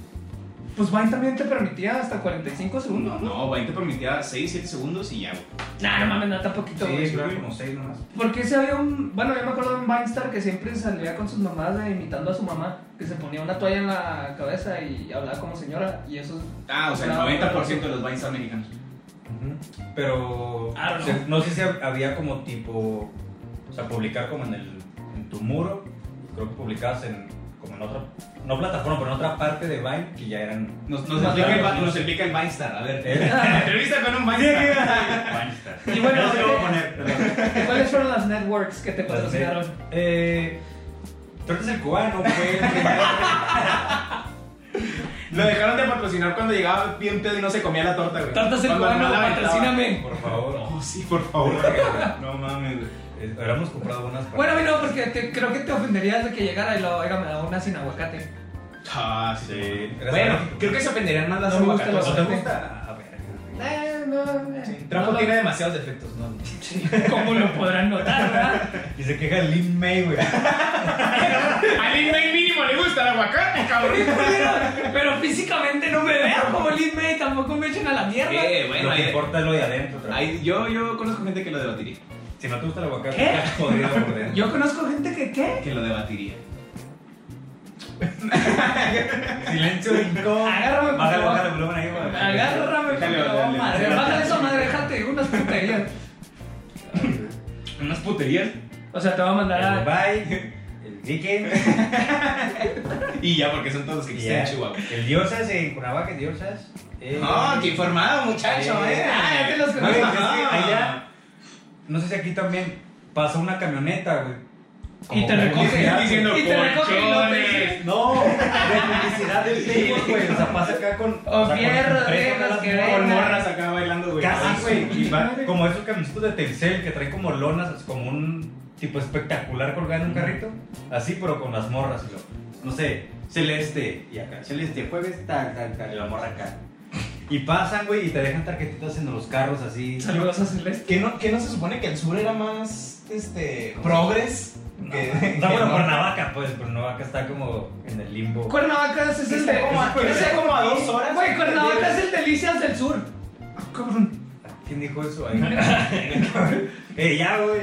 D: Pues Vine también te permitía hasta 45 segundos, ¿no?
B: No, Vine te permitía 6, 7 segundos y ya, güey.
D: Nah, no mames, nada, poquito.
E: Sí,
D: güey.
E: claro, como seis nomás.
D: Porque si había un. Bueno, yo me acuerdo de un Vinestar que siempre salía con sus mamás de imitando a su mamá, que se ponía una toalla en la cabeza y hablaba como señora, y eso.
B: Ah, o sea,
D: No,
B: el 90%
D: no,
B: de los Vines son mexicanos.
E: Pero
D: Ah, no.
E: se- no sé si hab- había como tipo, o sea, publicar como en el en tu muro, creo que publicabas en como en otra no plataforma, pero en otra parte de Vine que ya eran
B: Nos,
D: Más
B: nos, explica, el,
E: largos,
B: Vi-
E: ¿no?
B: nos explica el Vinestar, a ver.
E: Eh.
B: Entrevista con un Vinestar.
E: Vinestars.
D: Y bueno,
E: Ya se lo voy a poner, perdón.
D: ¿Cuáles fueron las networks que te patrocinaron?
E: Eh, tú eres el cubano, güey.
B: Lo dejaron de patrocinar cuando llegaba bien pedo y no se comía la torta, güey.
D: Tortas el
B: Cuando
D: cubano,
B: no la aventaba.
D: patrocíname.
E: Por favor.
B: Oh, sí, por favor. no mames, güey.
E: Eh, Habíamos comprado unas para-
D: Bueno, a mí no, porque te- creo que te ofenderías de que llegara y lo, oiga, me da una sin aguacate.
B: Ah, sí.
E: Sí.
B: Bueno, creo que se ofenderían más las
D: No me gustan
E: ¿No
B: aguacatosas.
E: te gusta? A ver.
D: Eh, no, eh.
B: Sí, Trump
D: No,
B: tiene demasiados defectos, ¿no?
D: Sí, ¿Cómo lo podrán notar, verdad?
E: Y se queja Lin May, güey.
B: Al Inmate mínimo le gusta el aguacate, cabrón.
D: Pero, pero físicamente no me veo como Lin May, tampoco me echen a la mierda.
B: Eh, bueno,
E: lo que
B: ahí-
E: importa es lo de adentro. otra vez.
B: ahí- yo, yo conozco gente que lo debatiría.
E: Si no te gusta el aguacate,
D: ¿Qué?
E: estás jodido por dentro.
D: Yo conozco gente que, ¿qué?
B: Que lo debatiría.
E: Silencio rincón.
D: Agárrame, por
E: Bájale,
D: favor.
E: bájale el volumen ahí, güey.
D: Agárrame,
B: Déjale,
D: por favor,
B: dale,
D: madre.
B: dale.
D: Bájale eso, madre, déjate, unas puterías.
B: Unas puterías.
D: O sea, te va a mandar
E: El
D: a...
E: Dubai, el Viking,
B: Y ya, porque son todos los que
E: y
B: existen
E: ya.
B: en Chihuahua.
E: el Diosas en Cuernavaca, el Diosas. eh,
B: No, qué informado, muchacho,
E: Sí.
B: eh.
D: Ah, ya te los
E: Güey,
D: conozco.
E: es que
B: Ajá.
E: allá, no sé si aquí también pasa una camioneta, güey.
D: Y te
E: Como
D: recoge.
E: publicidad, güey.
B: diciendo
D: Y te recoge y no te dice...
E: No, de publicidad del Facebook, güey. O sea, pasa acá con.
D: O
E: sea, con
D: fierro,
E: empresas,
D: telas,
E: las
D: que
E: morras,
B: Con morras acá bailando, güey.
E: Casi, güey. Y va
B: Madre.
E: como esos camioncitos de Telcel que traen como lonas, es como un tipo espectacular colgado en un carrito. Así, pero con las morras. y lo- no sé, celeste. Y acá, celeste, jueves, tal, tal, tal. Y la morra acá. Y pasan, güey, y te dejan tarjetitas en los carros así.
D: Saludos a Celeste.
B: ¿Qué no, ¿Qué no se supone que el sur era más, este, progres? Que-
E: O sea, bueno, Cuernavaca, pues, Cuernavaca está como en el limbo.
D: Cuernavaca es el de...
B: Está como a- está como a dos horas. Ah,
D: Güey, Cuernavaca es el delicias del sur. Cabrón.
E: ¿Quién dijo eso? Ay, eh, ya, güey.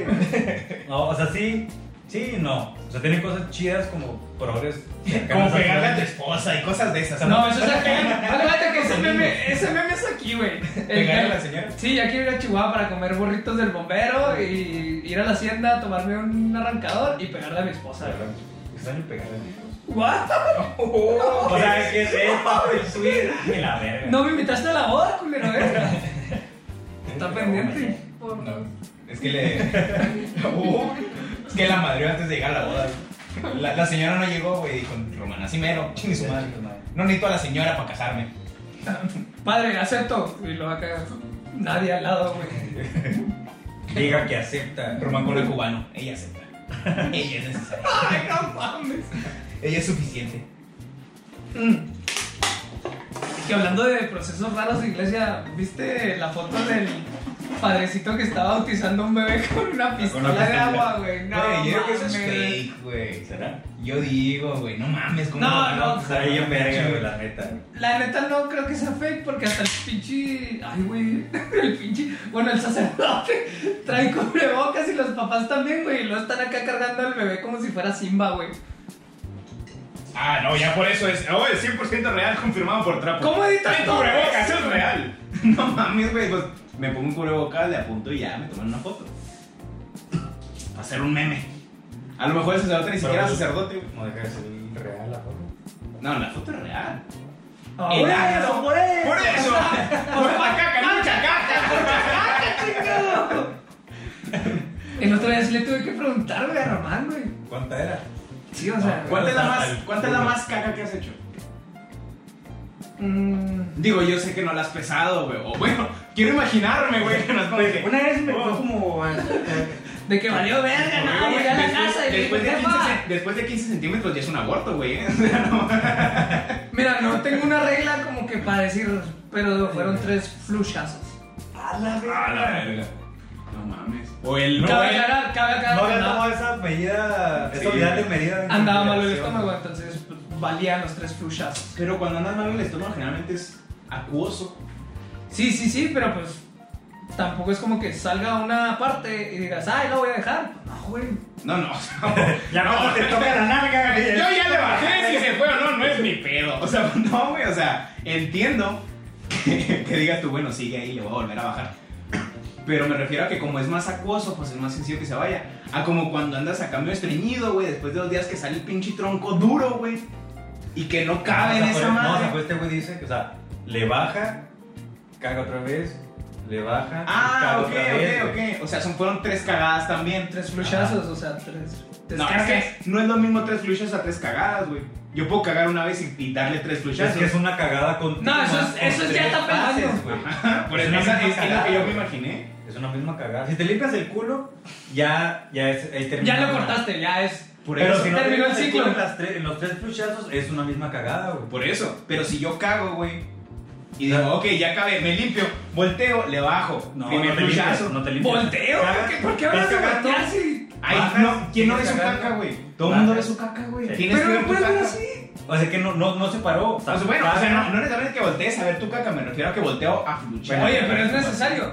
E: No, o sea, sí, sí, y no. O sea, tienen cosas chidas como progres.
B: Como
E: cercanas a-
B: pegarle a tu esposa y cosas de esas.
D: No, eso es aquí. Acuérdate que ese meme, ese meme es aquí, güey. El
B: Pegarle
D: que-
B: a la señora.
D: Sí, ya quiero ir a Chihuahua para comer burritos del bombero y ir a la hacienda a tomarme un arrancador y pegarle a mi esposa. güey.
E: Extraño pegarle a mi esposa.
D: ¿What?
E: O sea, Oh, ¿qué es esto? El suyo. Que la verga.
D: No me invitaste a la boda, culero, ¿eh? Está pendiente.
B: No, es que le. Uh, es que la madrió antes de llegar a la boda. La, la señora no llegó, güey, dijo Román, así mero, chingue su madre. No necesito a la señora para casarme.
D: Padre, acepto. Y lo va a cagar nadie al lado, güey.
E: Diga que acepta.
B: Román con el cubano, ella acepta. Ella es necesaria.
D: Ay, no mames.
B: Ella es suficiente.
D: Que Mm. hablando de procesos raros de iglesia, ¿viste la foto del padrecito que estaba bautizando a un bebé con una pistola de
E: pistola.
D: agua, güey? No,
B: Güey, yo creo que eso es
D: mames.
B: fake, güey.
E: ¿Será?
B: Yo digo, güey, no mames, ¿cómo
D: No,
B: lo van a
D: no,
E: O
B: bautizar?
E: sea, ella verga, güey, la neta.
D: La neta no creo que sea fake porque hasta el pinche. Ay, güey. El pinche. Bueno, el sacerdote trae cubrebocas y los papás también, güey. Y lo están acá cargando al bebé como si fuera Simba, güey.
B: Ah, no, ya por eso es. Oh, es 100% real, confirmado por trapo.
D: ¿Cómo editas
B: El
D: todo
B: cubrebocas
D: eso?
B: es real. No mames, güey. Pues me pongo un cubrebocas, le apunto y ya me toman una foto. Para hacer un meme. A lo mejor el sacerdote ni siquiera era sacerdote, güey.
E: No deja de ser real la foto.
B: No, la foto es real.
D: Ah,
B: Y
D: bueno.
B: nada,
D: por eso.
B: Por eso. Por la caca, mucha caca.
D: Ah, El otro día sí le tuve que preguntar, güey, a Román, güey.
E: ¿Cuánta era?
D: Sí, o sea.
B: ¿Cuánta es la más, cuánta es la más caca que has hecho?
D: mm,
B: Digo, yo sé que no la has pesado, güey. O bueno, quiero imaginarme, güey, que no es como de que-
E: Una vez me fue como. a-
D: de que valió verga, no,
B: Oye,
D: llegué a la
B: después-
D: casa y le
B: después,
D: dije,
B: de 15,
D: "Jefa,
B: cen- después de 15 centímetros ya es un aborto, güey. ¿eh? O sea, no.
D: Mira, no tengo una regla como que para decir, pero fueron tres flushazos.
E: A la
B: Ah, la verga. No mames. O el no. eh.
D: cabe
B: el-
D: aclarar, cabe aclarar.
E: No
D: que
E: había
D: andaba-
E: tomado esa medida.
B: Sí.
E: Esa unidad de medida. de
D: andaba malo el
E: consideración.
D: estómago, entonces pues, valían los tres flushazos.
B: Pero cuando andas mal en el estómago generalmente es acuoso.
D: Sí, sí, sí, pero pues tampoco es como que salga una parte y digas, ay, lo voy a dejar. Pues, No, güey.
B: No, no. o sea, no.
E: Ya no te toca la narga, güey.
B: Yo ya le bajé si se fue o no, no es mi pedo. O sea, no, güey, o sea, entiendo que, que digas tú, bueno, sigue ahí, le voy a volver a bajar. Pero me refiero a que como es más acuoso, pues es más sencillo que se vaya. A como cuando andas a cambio estreñido, güey, después de dos días que sale el pinche tronco duro, güey. Y que no cabe en
E: No, o sea,
B: esa
E: pues, No, o sea,
B: madre.
E: pues este güey dice que, o sea, le baja, caga otra vez, le baja, caga
B: Ah, ok,
E: otra vez.
B: ok,
E: güey.
B: ok. O sea, son, fueron tres cagadas también.
D: Tres flushazos, o sea, tres
B: No, es
D: descargas.
B: que no es lo mismo tres flushazos a tres cagadas, güey. Yo puedo cagar una vez y, y darle tres flushazos.
E: Es que es una cagada con.
D: No, eso es- eso es ya está pensando.
B: Por eso
E: una
B: esa-
E: misma
B: es, es lo
E: cagada,
B: que yo me
E: güey.
B: imaginé.
E: Es una misma cagada. Si te limpias el culo, ya, ya es. ahí termina.
D: Ya lo cortaste, ya es.
B: Por
E: Pero
B: eso
E: si no
D: terminó
E: terminó el
D: el
E: ciclo. En,
D: ciclo.
E: las tres- en los tres fluchazos es una misma cagada, güey.
B: Por eso. Pero si yo cago, güey. Y digo, ok, ya acabé, me limpio, volteo, le bajo.
E: Pues, No,
B: primer
E: no te
B: fluchazo.
E: limpias, no te limpias.
D: ¿Volteo? ¿Por qué, por qué
E: Estás
D: hablas de
E: cagando.
D: voltear si.?
B: Ay,
E: Bajas,
B: no, ¿quién no ve
E: sigues
B: su
E: cagando.
B: caca, güey? Todo el mundo ve
E: Bajas.
B: su caca, güey.
E: Sí.
B: ¿Tienes
D: Pero
B: que
D: no
B: ver tu
D: puedes ver
B: caca?
D: así.
E: O sea que no, no, no se paró. O sea,
B: Pues bueno,
E: caga.
B: o sea, no, no necesariamente que voltees a ver tu caca, me refiero a que volteo a fluchar.
D: Oye, pero es necesario.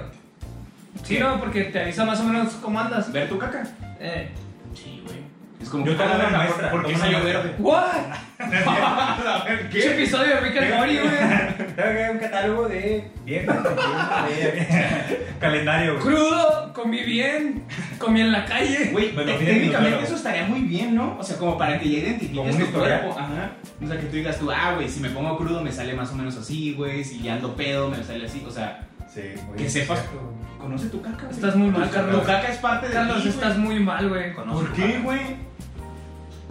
D: Sí,
B: ¿Qué?
D: no, porque te avisa más o menos cómo andas.
B: ¿Ver tu caca?
D: Eh.
B: Sí, güey. Es como
E: Yo
B: que,
E: tomo
B: ah,
E: una
B: verga,
E: muestra,
B: ¿Por qué
E: tomo una
B: salió
E: muestra.
B: verde?
D: ¿What?
B: A ver,
D: ¿Qué episodio de Rick and Morty, güey?
E: Tengo que ver un catálogo de viejas. de- Calendario, güey.
D: Crudo, comí bien, comí en la calle.
B: Güey,
E: Bueno,
B: te-
E: fíjate,
B: técnicamente
E: claro.
B: eso estaría muy bien, ¿no? O sea, como para que ya
E: Como
B: identifiques
E: un
B: tu
E: historial.
B: cuerpo. Ajá. O sea, que tú digas tú, ah, güey, si me pongo crudo me sale más o menos así, güey. Si ya ando pedo me sale así. O sea,
E: Sí, oye,
B: Que sepas.
E: cierto, güey.
B: conoce tu caca, güey.
D: Estás muy mal,
B: Tu-
D: Carlos.
B: Tu caca es parte de
D: Carlos,
B: ti, güey.
D: estás muy mal, güey.
E: Conoce
B: ¿Por
E: tu
B: qué,
E: caca.
B: güey?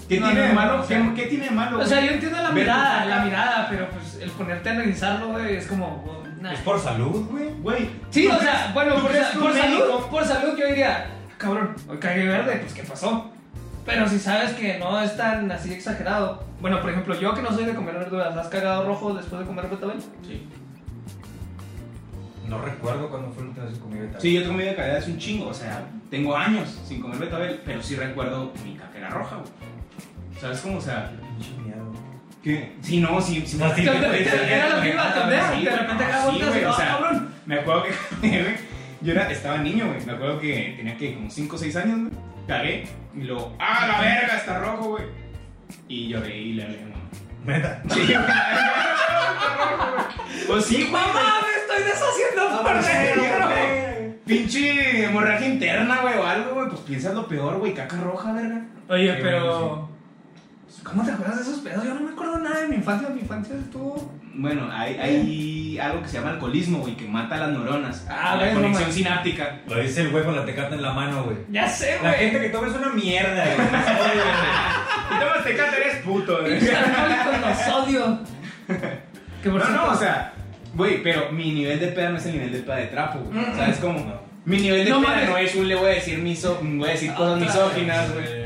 B: ¿Qué
D: No,
B: tiene
D: no,
B: de
D: no,
B: malo?
D: o
B: ¿Qué,
D: sea-
B: ¿Qué tiene de malo,
D: O
B: güey?
D: sea, yo entiendo la
B: Ve tu
D: mirada,
B: caca.
D: la mirada, pero pues el ponerte a analizarlo, güey, es como. oh, nah.
E: Es por salud, güey.
B: Güey.
D: Sí,
B: ¿tú
D: o
B: crees-
D: sea, bueno,
B: tú
D: por,
B: crees
D: sa-
B: que un
D: por salud,
B: médico-
D: por salud yo diría, cabrón, hoy cagué verde, pues qué pasó. Pero si sabes que no es tan así exagerado. Bueno, por ejemplo, yo que no soy de comer verduras, ¿has cagado rojo después de comer betabel?
B: Sí.
E: No recuerdo cuándo fue la última vez que comí vegetal.
B: Sí, yo tengo media calidad, es un chingo. O sea, tengo años sin comer betabel, pero sí recuerdo que mi caca era roja, güey. ¿Sabes cómo? O sea,
E: Pinche miedo.
B: ¿Qué? Sí, no, sí, sí.
E: No, sí,
D: Que
E: güey,
D: de repente-
E: sí,
D: Era lo que iba a atender,
B: pues, Sí,
D: de
B: güey,
D: repente
B: no,
D: cago
B: sí,
D: en
B: güey, o
D: casa,
B: sea,
D: "Ah, cabrón.
B: Me acuerdo que güey, yo era, estaba niño, güey. Me acuerdo que tenía que como 5 o 6 años, güey. Cagué y luego, ¡ah, la verga! Está rojo, güey. Y lloré y le hablé a mi mamá.
E: Neta.
B: Sí, güey, está rojo, güey. Pues sí, güey.
D: ¡Mamá, me estoy deshaciendo por dentro!
B: Pinche hemorragia interna, güey, o algo, güey. Pues piensas lo peor, güey. Caca roja, verga.
D: Oye,
B: Sí,
D: pero... ¿Cómo te acuerdas de esos pedos? Yo no me acuerdo nada de mi infancia. Mi infancia estuvo...
B: Bueno, hay, hay algo que se llama alcoholismo, güey, que mata las neuronas.
D: Ah,
B: la
D: güey, no
B: conexión
D: mames.
B: sináptica.
E: Lo dice el güey con la tecata en la mano, güey.
D: Ya sé,
E: La
D: güey.
E: gente que toma es una mierda, güey. Oye, güey.
B: Y tomas tecate, eres puto, güey.
D: Pinches alcohólicos los odio. Que por
B: No,
D: cierto-
B: no, o sea, güey, pero mi nivel de peda no es el nivel de peda de trapo, güey.
D: Mm.
B: ¿Sabes cómo? Mi nivel de
D: No
B: peda
D: mames. Ah,
B: no es un le voy a decir miso, voy a decir cosas
D: Otra
B: misóginas, güey.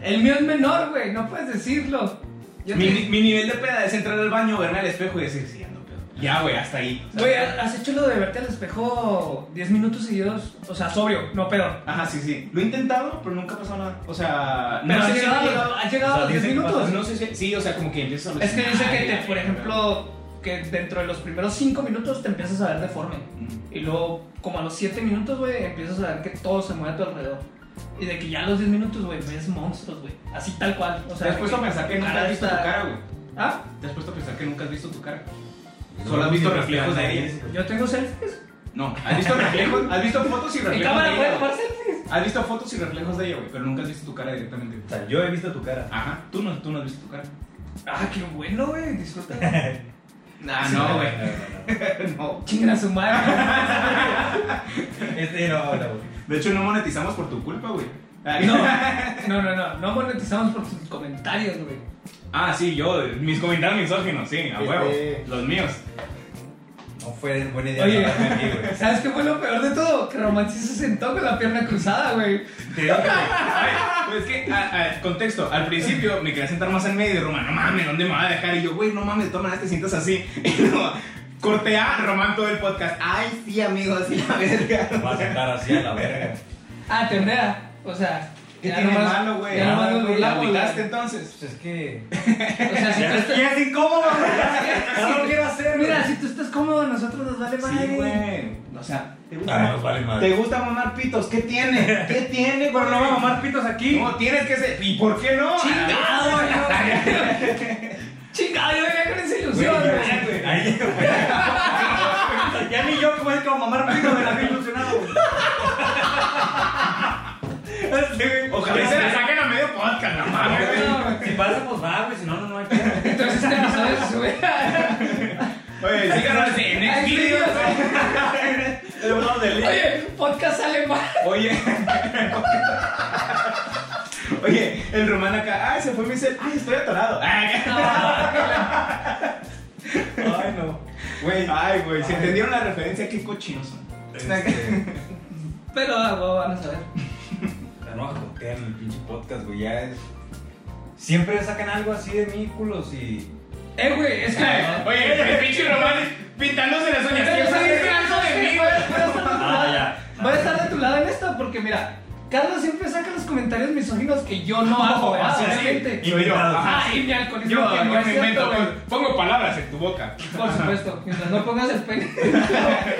D: El mío es menor, güey. No puedes decirlo. Yo
B: Mi,
D: te-
B: mi nivel de peda es entrar al baño, verme al espejo y decir, sí, ando pedo. Ya, güey, hasta ahí. ¿sabes?
D: Güey, has hecho lo de verte al espejo 10 minutos seguidos. O sea, sobrio, no pedo.
B: Ajá, sí, sí. Lo he intentado, pero nunca ha pasado nada. O sea,
D: Pero has
B: sé si he
D: llegado,
B: llegado-
D: has llegado
E: o sea,
D: a los 10
E: dicen que
D: minutos.
B: No sé si. Sí, o sea, como que empiezas a
D: Es que dice
B: alucinar,
D: que, te,
B: ya,
D: por
B: ya,
D: ejemplo, que dentro de los primeros 5 minutos te empiezas a ver deforme.
B: ya. Mm.
D: Y luego, como a los 7 minutos, güey, empiezas a ver que todo se mueve a tu alrededor. Y de que ya a los 10 minutos, güey, ves monstruos, güey. Así tal cual. O sea,
B: ¿Te has puesto a
D: que-
B: pensar que nunca
D: cara
B: has visto tu
D: esta-
B: cara, güey?
D: Ah,
B: ¿Te has puesto a pensar que nunca has visto tu cara?
E: No,
B: Solo has visto
E: sí,
B: reflejos de
E: reflejan
B: ella.
E: ahí.
D: yo tengo selfies.
B: No, ¿has visto reflejos? ¿Has visto fotos y
D: En
B: reflejos
D: cámara
B: de
D: puedo
B: ella?
D: tomar
B: güey?
D: selfies.
B: Has visto fotos y reflejos de ella, güey, pero nunca has visto tu cara directamente. güey.
E: O sea, yo he visto tu cara.
B: Ajá, tú no, tú no has visto tu cara.
D: Ah, qué bueno, güey. Disfruta.
B: Nah,
E: Sí,
B: no,
E: no,
B: güey.
E: no,
B: No.
D: Chinga su madre.
E: no. Este no, no, güey.
B: De hecho, no monetizamos por tu culpa, güey. Ay,
D: No, no, no, no. No monetizamos por tus comentarios, güey.
B: Ah, sí, yo, mis comentarios misóginos, sí, a huevo.
C: Este-
B: Los míos.
E: No fue buena idea.
D: Oye.
E: grabarme aquí, güey.
D: ¿Sabes qué fue lo peor de todo? Que Romancy se sentó con la pierna cruzada, güey.
E: Te digo que-
B: Pues es que, a- a- contexto, al principio me quería sentar más en medio y Román, no mames, ¿dónde me va a dejar? Y yo, güey, no mames, toma, te sientas así. Y luego, corte a Román todo el podcast. Ay, sí, amigo, así la verga.
E: Te vas a sentar así a la verga.
D: Ah, ternera. O sea,
B: ¿Qué
D: ya
B: tiene
D: nomás-
B: malo, güey? Ah, pues
D: Ya nomás nos
B: ¿La
D: burlamos, güey.
B: aguitaste entonces?
E: Pues es que.
D: O sea, si
E: Ya
D: tú
E: es,
D: estás.
E: ya es incómodo, güey. Ya no lo quiero hacer,
D: Mira, si tú estás cómodo, a nosotros nos vale madre.
B: Sí, güey. O sea, ¿te gusta?
E: Ah, nos vale madre.
B: ¿Te gusta mamar pitos? ¿Qué tiene? ¿Qué tiene?
E: Pero no va a mamar pitos aquí.
B: No, tienes que ser. ¿Y por qué no?
D: Chingado, güey. Chingado, yo venía con esa ilusión,
B: Ah,
D: güey.
E: Ahí, güey. Ya ni yo como es como mamar pitos me la había ilusionado, güey.
B: Ojalá se la saquen a medio podcast, no mames.
D: No, güey.
E: Si pasa, pues va, güey. Si no, no, no hay pedo.
D: Entonces este episodio se sube a-
B: Oye, síganos en
D: a
B: Xvideos.
E: Le hablamos del link.
D: Oye, podcast alemán.
B: Oye. Oye, el román acá, ay, se fue mi cel, ay, estoy atorado. Ay,
E: Ay, no.
B: Güey, ay, güey, si
E: Ay.
B: entendieron la referencia, qué cochinos son.
E: Este,
D: Pero ah, güey, van a saber.
E: la nueva jotea en el pinche podcast, güey. Ya es. Siempre sacan algo así de mí, culos. Y.
D: Eh, güey, es que.
B: Oye, el pinche román pintándose las uñas. Yo soy un pedazo de mí, güey.
E: Ah, ya.
D: Voy a estar de tu lado en esta porque, mira, Carlos siempre saca los comentarios misóginos que yo no hago, ¿verdad?
B: sí, sí.
D: Obviamente.
E: Y yo,
B: ¿eh? Ajá.
D: Ah, y mi alcoholismo
B: Yo,
D: que
B: yo
D: no es
B: me
D: cierto,
B: invento,
D: güey.
B: pues, pongo palabras en tu boca.
D: Por supuesto, mientras no pongas el pene.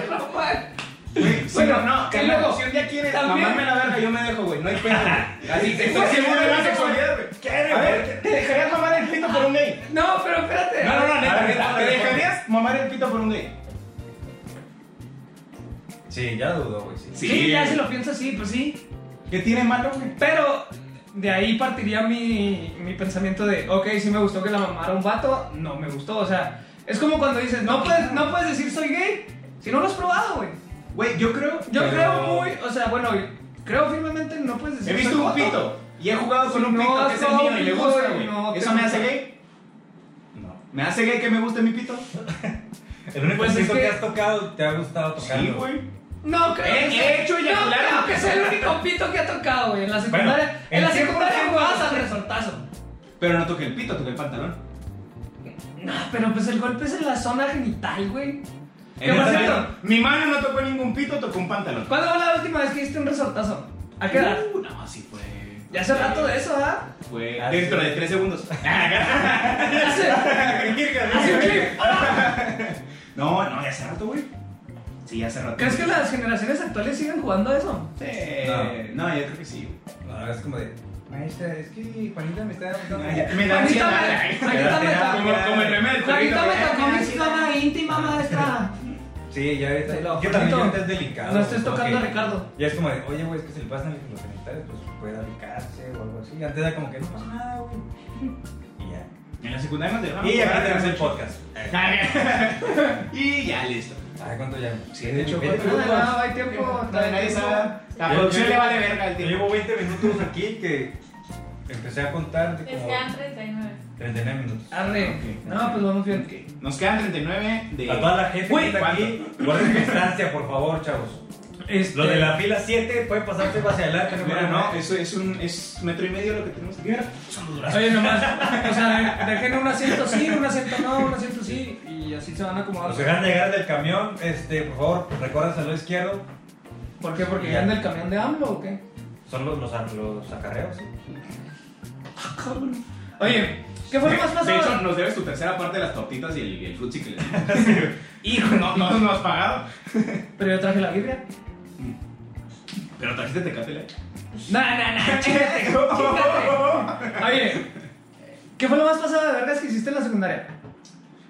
D: No, man.
B: Bueno, no, que
D: y
B: luego,
D: luego,
B: si un día quieres
D: también-
B: mamarme la verga, yo me dejo, güey, no hay pedo, güey. Así te estoy
D: Güey,
B: seguro de
D: güey,
B: la
D: no,
B: sexualidad, güey. A ver, ¿te dejarías mamar el pito por un gay?
D: No, pero espérate.
B: No, no, no,
E: A
B: neta,
E: ver,
B: neta,
E: a
B: ¿te
E: ver,
B: dejarías mamar el pito por un gay?
E: Sí, ya dudó, güey. Sí.
D: Sí, ya si lo piensas, sí, pues sí.
B: ¿Qué tiene malo, güey?
D: Pero de ahí partiría mi, mi pensamiento de, ok, sí me gustó que la mamara un vato, no me gustó. O sea, es como cuando dices, no puedes, no puedes decir soy gay si no lo has probado, güey.
B: Güey, yo creo.
D: Yo
B: pero-
D: creo muy, o sea, bueno, creo firmemente no puedes decir
B: He visto
D: soy
B: un
D: joto.
B: pito y he jugado con
D: Si
B: un
D: no
B: pito que
D: has
B: es el mío y le
D: probado,
B: gusta,
D: güey,
B: güey.
D: no te
B: ¿Eso me hace
D: gusta.
B: gay?
E: No.
B: ¿Me hace gay que me guste mi pito?
E: El único
D: Pues es
E: pito que...
D: que-
E: has tocado te ha gustado tocarlo.
D: No, creo
B: He- he hecho
D: no,
B: eyacular en
D: creo
B: mi
D: que sea el único pito que ha tocado, güey. En la secundaria,
E: Bueno,
D: en la
E: el 100%
D: secundaria jugabas al resortazo.
B: Pero no toqué el pito, toqué el pantalón.
D: No, pero pues el golpe es en la zona genital, güey. ¿Qué
B: En
D: por
B: el
D: cierto?
B: pantalón. Mi mano no tocó ningún pito, tocó un pantalón.
D: ¿Cuándo fue la última vez que diste un resortazo? ¿A qué edad?
B: Uh, no, sí fue.
D: Ya hace rato de eso, ¿ah?
B: Fue
E: Ah,
B: dentro
E: sí.
B: de tres segundos. Ah,
D: Hace. Ah, hace clip.
B: no, no, ya hace rato, güey. Sí, ya hace rato.
D: ¿Crees que las generaciones actuales siguen jugando a eso?
B: Sí. No, yo creo que sí.
E: No, es como de. Maestra, es que Juanita me está dando.
B: Me da
D: Juanita,
B: ansiedad.
D: Juanita, me
E: Terapia.
D: tocó-
B: Como, como el meme del
D: Juanita
B: perrito,
D: me
B: güey.
D: tocó mi zona íntima, maestra.
E: Sí, ya
D: Te
E: ahorita.
D: lo
E: Yo también
D: prometo.
E: ahorita es delicado.
D: No estés tocando
E: porque
D: a Ricardo.
E: Ya es como de, oye, güey, es que si le pasan los genitales, pues puede aplicarse o algo así. Antes era como que no pasa nada, güey. Y ya.
B: En la secundaria nos dejaron.
E: Y ya
B: jugar
E: tenemos
B: hasta
E: el
B: las
E: podcast.
B: ocho. Y ya listo.
E: Ay, ¿cuánto ya?
B: Sí, de hecho,
E: Veinte
B: ¿cuánto?
E: minutos.
D: No, no, hay tiempo.
B: No, pues, nadie sabe. La
E: Yo-
B: producción
E: yo-
B: le vale verga el
E: Yo
B: tiempo.
E: llevo 20 minutos aquí que empecé a contar de
C: Les
E: como
C: quedan 39.
E: 39 minutos.
D: Arre.
B: Ok.
D: No, pues vamos bien.
B: Nos quedan 39 de.
E: A toda la gente
B: Güey,
E: que está aquí, guarden distancia, por favor, chavos.
D: Este,
E: Lo de la fila 7 puede pasarse hacia adelante, no
B: Mira,
E: pasa
B: no,
E: nada.
B: eso es un es metro y medio lo que tenemos aquí. Mira, son los duraznos.
D: Oye, nomás, o sea, de- dejen un asiento sí, un asiento no, un asiento sí, y así se van acomodando.
E: Los que van a llegar del camión, este, por favor, recuérdense al lado izquierdo.
D: ¿Por qué? ¿Porque ya anda el camión de AMLO o qué?
E: Son los, los, a- los acarreos.
D: Oye, ¿qué fue lo más
B: De hecho,
D: pasado?
B: nos debes tu tercera parte de las tortitas y el, y el frutzi que le dimos. Hijo, no, no nos has pagado.
D: Pero yo traje la Biblia.
B: Pero trajiste tecate, Light.
D: No, no, no, chíngate, chíngate. Oye, ¿qué fue lo más pasado de vergas que hiciste en la secundaria?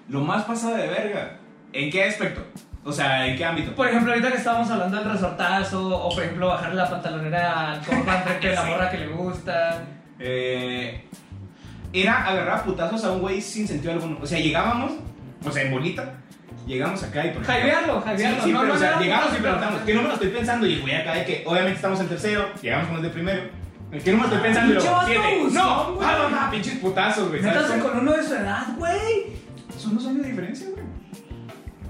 B: Lo más pasado de verga. ¿En qué aspecto? O sea, ¿en qué ámbito?
D: Por ejemplo, ahorita que estábamos hablando del resortazo, o por ejemplo, bajar la pantalonera al compa enfrente de la morra que le gusta.
B: Eh, era agarrar a putazos a un güey sin sentido alguno. O sea, llegábamos, o sea, en bolita, llegamos acá y por
D: Jaivearlo,
B: Sí,
D: jaivearlo.
B: sí,
D: no,
B: pero,
D: no,
B: o sea,
D: no, no,
B: llegamos
D: no,
B: y
D: no,
B: preguntamos,
D: no,
B: ¿qué número estoy pensando? Y el güey acá de que, obviamente estamos en tercero, llegamos con los de primero. ¿En qué número estoy pensando? Y
D: Pinche
B: luego,
D: vato
B: siete.
D: abusón,
B: No,
D: güey.
B: ah, no, no, pinches putazos, güey. ¿sabes
D: Métase
B: cómo?
D: con uno de su edad, güey.
B: Son dos años de diferencia, güey.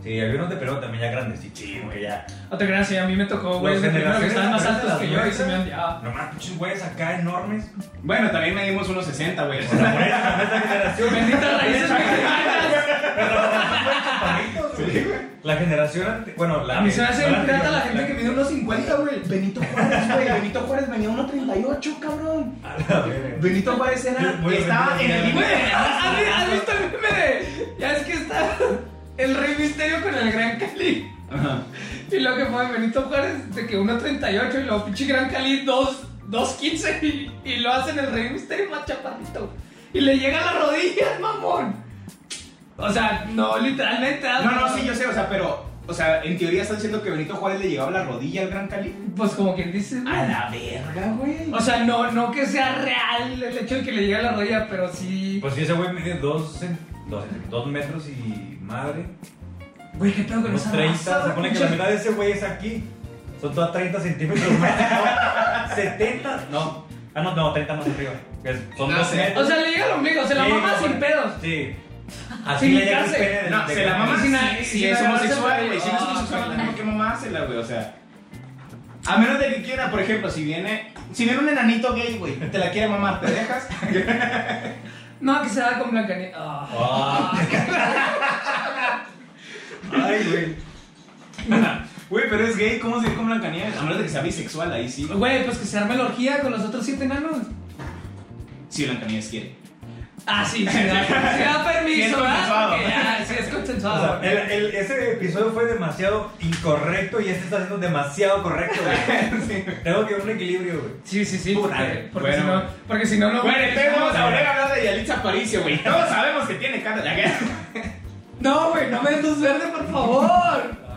E: Sí, había unos de Perú también ya grandes. Sí, sí, güey, ya.
D: No te creas, sí, a mí me tocó, güey.
E: Los
D: de primero que
E: generaciones
D: estaban más
E: diferentes
D: altos que
E: de
D: yo
E: las
D: y se me
E: mujeres.
D: odiaba.
E: Nomás pinches güeyes acá enormes.
B: Bueno, también medimos unos 60, güey.
E: O sea, por esa, por esa generación.
D: Benditas raíces mexicanas.
E: Panitos, güey. La generación ante- Bueno, la
D: A mí
E: que-
D: se me hace
E: no
D: bien pirata la gente que mide
E: anterior,
D: unos 50, güey.
B: Benito Juárez, güey. Benito Juárez venía 1.38, cabrón.
E: la- A la verga.
B: Benito Juárez era.
E: Yo voy a
B: estaba en
E: vender
B: el
E: mi
B: límite.
D: Güey, ¿has, has- has visto el meme de- Ya es que está el Rey Misterio con el Gran Cali.
B: Ajá.
D: Y lo que fue Benito Juárez, de que 1.38 y luego pinche Gran Cali 2, 2.15. Y, y lo hacen el Rey Misterio más chaparrito. Y le llega a las rodillas, mamón. O sea, no, literalmente. ah,
B: No, no, sí, yo sé, o sea, pero. O sea, en teoría están diciendo que Benito Juárez le llegaba la rodilla al Gran Cali.
D: Pues como quien dice. güey.
B: la verga, güey.
D: O sea, no, no que sea real el hecho de que le llegue a la rodilla, pero sí.
E: Pues si ese güey mide dos, cen- dos, dos metros y madre.
D: Güey, qué pedo con
E: Unos
D: esa
E: 30.
D: raza,
E: Se supone que
D: pinche-
E: la mitad de ese güey es aquí. Son todas 30 centímetros más. ¿no? 70. No. Ah, no, no, 30 más arriba. Es- Son
B: No
E: dos
B: sé.
E: metros.
D: O sea, le llega al ombligo, se la
E: Sí,
D: mama
E: no,
D: sin
E: güey.
D: pedos.
E: Sí. Así
D: Sin
E: le llega el
D: hincarse.
E: pene de-
B: No,
E: de-
B: se la mama
D: Sí,
B: si,
D: sí,
B: si
D: sí,
B: es
D: me
B: homosexual,
D: agarraste,
B: güey. Si no es
D: ah,
B: homosexual,
D: claro.
B: no que mamársela, güey. O sea. A menos de que quiera, por ejemplo, si viene. Si viene un enanito gay, güey, te la quiere mamar, ¿te dejas?
D: No, que se da con Blancanieves. Ah.
E: Ah. Ay, güey.
B: Güey, pero es gay, ¿cómo se ve con Blancanieves? A menos de que sea bisexual, ahí sí.
D: Güey, pues que se arme la orgía con los otros siete enanos.
B: Si Blancanieves quiere.
D: Ah, sí, sí, da, sí da
B: Sí es
D: permiso,
B: consensuado.
D: ¿verdad? Porque ya, sí es
E: O
D: consensuado.
E: sea, el- el- ese episodio fue demasiado incorrecto y este está siendo demasiado correcto, güey. Tengo que ver un equilibrio, güey.
D: Sí, sí, sí,
E: Puta,
D: porque, porque
B: bueno.
D: si no, porque si no, no.
B: Güey, entonces vamos a volver a hablar de Yalitza Aparicio, güey. Todos sabemos que tiene cara de la
D: No, güey, no me des luz verde, por favor.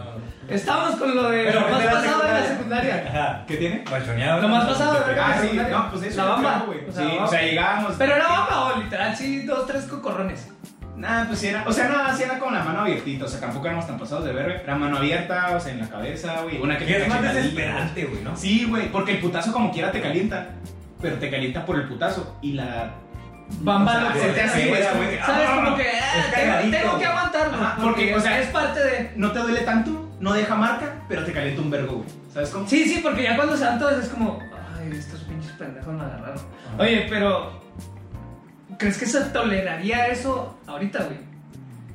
D: Estamos con lo de
E: Pero
D: lo más
E: de la
D: pasado de la secundaria.
E: Ajá.
B: ¿Qué tiene?
E: Pachoneado.
D: Lo más pasado, de verga.
B: Ah, sí, no, pues eso.
D: La
B: yo
D: bamba.
B: creo, güey.
D: O sea, la
B: Sí, o sea,
D: bamba.
B: llegábamos.
D: Pero era bamba, o literal, sí, dos, tres cocorrones.
B: Nah, pues sí era. O sea, no, sí era con la mano abiertita. O sea, tampoco éramos tan pasados de verga. Era mano abierta, o sea, en la cabeza, güey. Una que
E: Que
B: te
E: es más
B: cachetadilla.
E: desesperante, güey, ¿no?
B: Sí, güey, porque el putazo como quiera te calienta. Pero te calienta por el putazo. Y la.
D: Bamba,
B: o sea,
D: lo que
B: se te hace, güey,
E: Era,
B: güey.
E: güey.
D: ¿Sabes?
E: Ah,
D: Como que eh,
E: es
D: tengo,
E: cagadito,
D: tengo que
E: güey.
D: aguantarlo.
B: Ajá,
D: porque,
B: porque, o sea,
D: es parte de.
B: No te duele tanto, no deja marca, pero te calienta un vergo, güey. ¿Sabes cómo?
D: Sí, sí, porque ya cuando se dan todos es como, ay, estos pinches pendejos me agarraron. Oye, pero ¿crees que se toleraría eso ahorita, güey?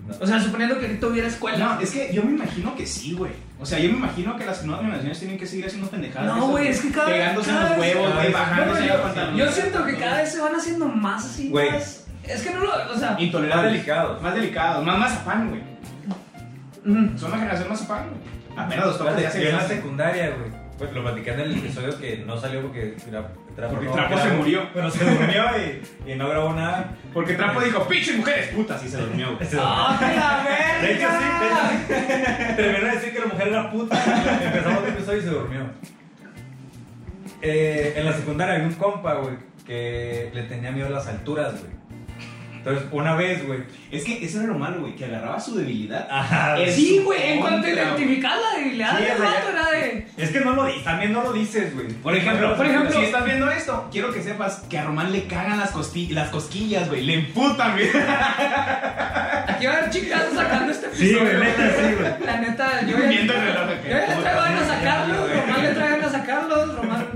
E: No.
D: O sea, suponiendo que ahorita hubiera escuela.
B: No, es que yo me imagino que sí, güey. O sea, yo me imagino que las nuevas generaciones tienen que seguir haciendo pendejadas.
D: No,
B: de esas,
D: güey, es que cada-
B: Pegándose en
D: cada
B: los
D: vez-
B: huevos,
E: cada
B: güey,
E: vez-
B: bajándose
E: No,
B: en los
E: yo-
B: pantalones.
D: Yo siento que cada vez se van haciendo más así,
E: Güey.
D: más- Es que no lo, o sea,
E: Más
B: Intolerables.
E: delicados.
B: Más delicados, más mazapán, güey.
D: mm,
B: Son una generación mazapán, güey. A menos los tocas
E: Espérate,
B: ya se
E: yo en
B: les
E: la
B: hace.
E: secundaria, güey. Pues lo platicé en el episodio que no salió porque tra- Trapo,
B: Porque
E: no
B: Trapo
E: grabó.
B: se murió.
E: Pero se murió y, y no grabó nada.
B: Porque Trapo dijo, pinche mujeres putas, y se durmió, güey.
E: Se durmió.
D: ¡Ah, que la verga!
E: De hecho, sí, de hecho, sí. Terminó de decir que la mujer era puta. Empezamos el episodio y se durmió. Eh, en la secundaria había un compa, güey, que le tenía miedo a las alturas, güey. Entonces, una vez, güey.
B: Es que eso era lo malo, güey, que agarraba su debilidad.
E: Ajá.
B: Es-
D: Sí, güey, en cuanto
B: Contra, güey.
D: identificas la debilidad
E: Sí,
D: del
E: o sea,
D: vato, era de.
E: Es que no lo dices, también no lo dices, güey.
B: Por ejemplo,
D: Por ejemplo-
B: si estás viendo esto, quiero que sepas que a Román le cagan las, costi- las cosquillas, güey. Le emputan, güey.
D: Aquí va a haber chicas sacando este
E: Sí,
D: episodio.
E: güey, neta, sí, güey.
D: La neta, yo ya,
B: Viendo el reloj acá.
D: yo ya le traigo ganas a Carlos, Román le trae ganas a Carlos, Román.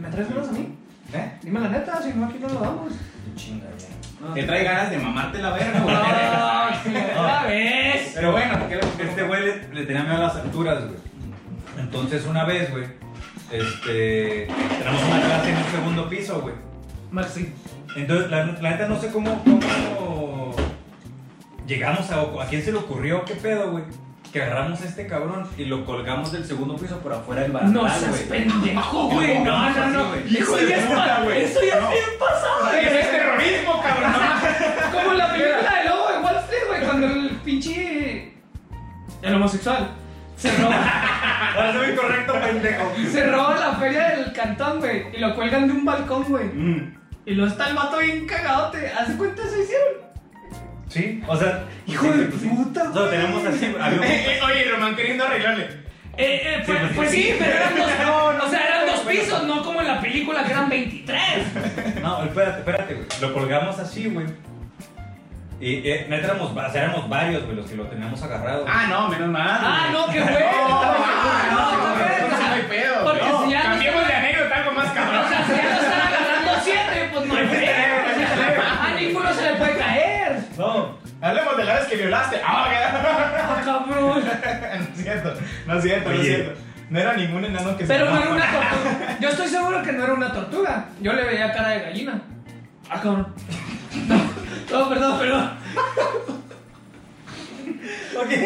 D: ¿Me traes ganas a mí?
E: ¿Eh?
D: Dime la neta, si no aquí no lo damos.
E: Chinga, ya.
B: Te trae ganas de mamarte la verga, güey.
D: Ah, sí, ¿Otra vez?
B: Pero bueno, ¿qué le-
E: Este güey le, le tenía miedo a las alturas, güey. Entonces, una vez, güey, este, tenemos una clase en el segundo piso, güey.
D: Maxi.
E: Entonces, la, la neta no sé cómo, cómo llegamos a... ¿A quién se le ocurrió? ¿Qué pedo, güey? que agarramos a este cabrón y lo colgamos del segundo piso por afuera del barandal,
D: No seas
E: güey.
D: pendejo, güey. No, no, no.
E: Así,
B: güey.
D: Eso ya es
B: Puta,
D: pa-
B: güey.
D: Eso ya es
B: No.
D: bien pasado.
B: Eso
D: güey.
B: es terrorismo, cabrón.
D: Como la película de Lobo de Wall Street, güey, cuando el pinche. El homosexual. Se roba,
E: Ahora Ah, soy correcto, pendejo.
D: se roba la feria del cantón, güey. Y lo cuelgan de un balcón, güey.
B: Mm.
D: Y luego está el vato bien cagadote. ¿Hace cuenta se hicieron?
E: Sí, o sea,
D: Hijo
E: sí,
D: de
E: pues sí.
D: puta,
E: O sea, tenemos así, había un-
B: Eh, eh, Oye, Román queriendo arreglarle.
D: Eh, eh, pues,
E: pues,
D: pues
E: sí.
D: sí, pero eran dos. o sea, eran dos pisos, no como en la película que eran 23.
E: No, espérate, espérate, güey. Lo colgamos así, güey. Y eh, neta éramos, va- o sea, éramos varios, güey, los que lo teníamos agarrado.
B: Ah, no, menos mal.
D: Ah,
B: güey.
D: no, qué bueno.
B: ah,
D: No,
B: no,
D: qué bueno.
B: entonces no hay pedo,
D: Porque
B: no.
D: si ya no-
B: Cambiemos de anécdota, algo más
D: O
B: cabrón.
D: sea, si ya lo están agarrando siete, pues no hay pedo. O sea, a ninguno se le puede caer.
B: No, hablemos de la vez que violaste. Ah,
D: Ah, cabrón.
B: no es cierto, no es cierto, no es
E: Oye.
B: cierto. No era ningún enano que
D: Pero
B: se
D: no era una tortuga. Yo estoy seguro que no era una tortuga. Yo le veía cara de gallina. Ah, cabrón. No, no, perdón, perdón.
B: ¿Qué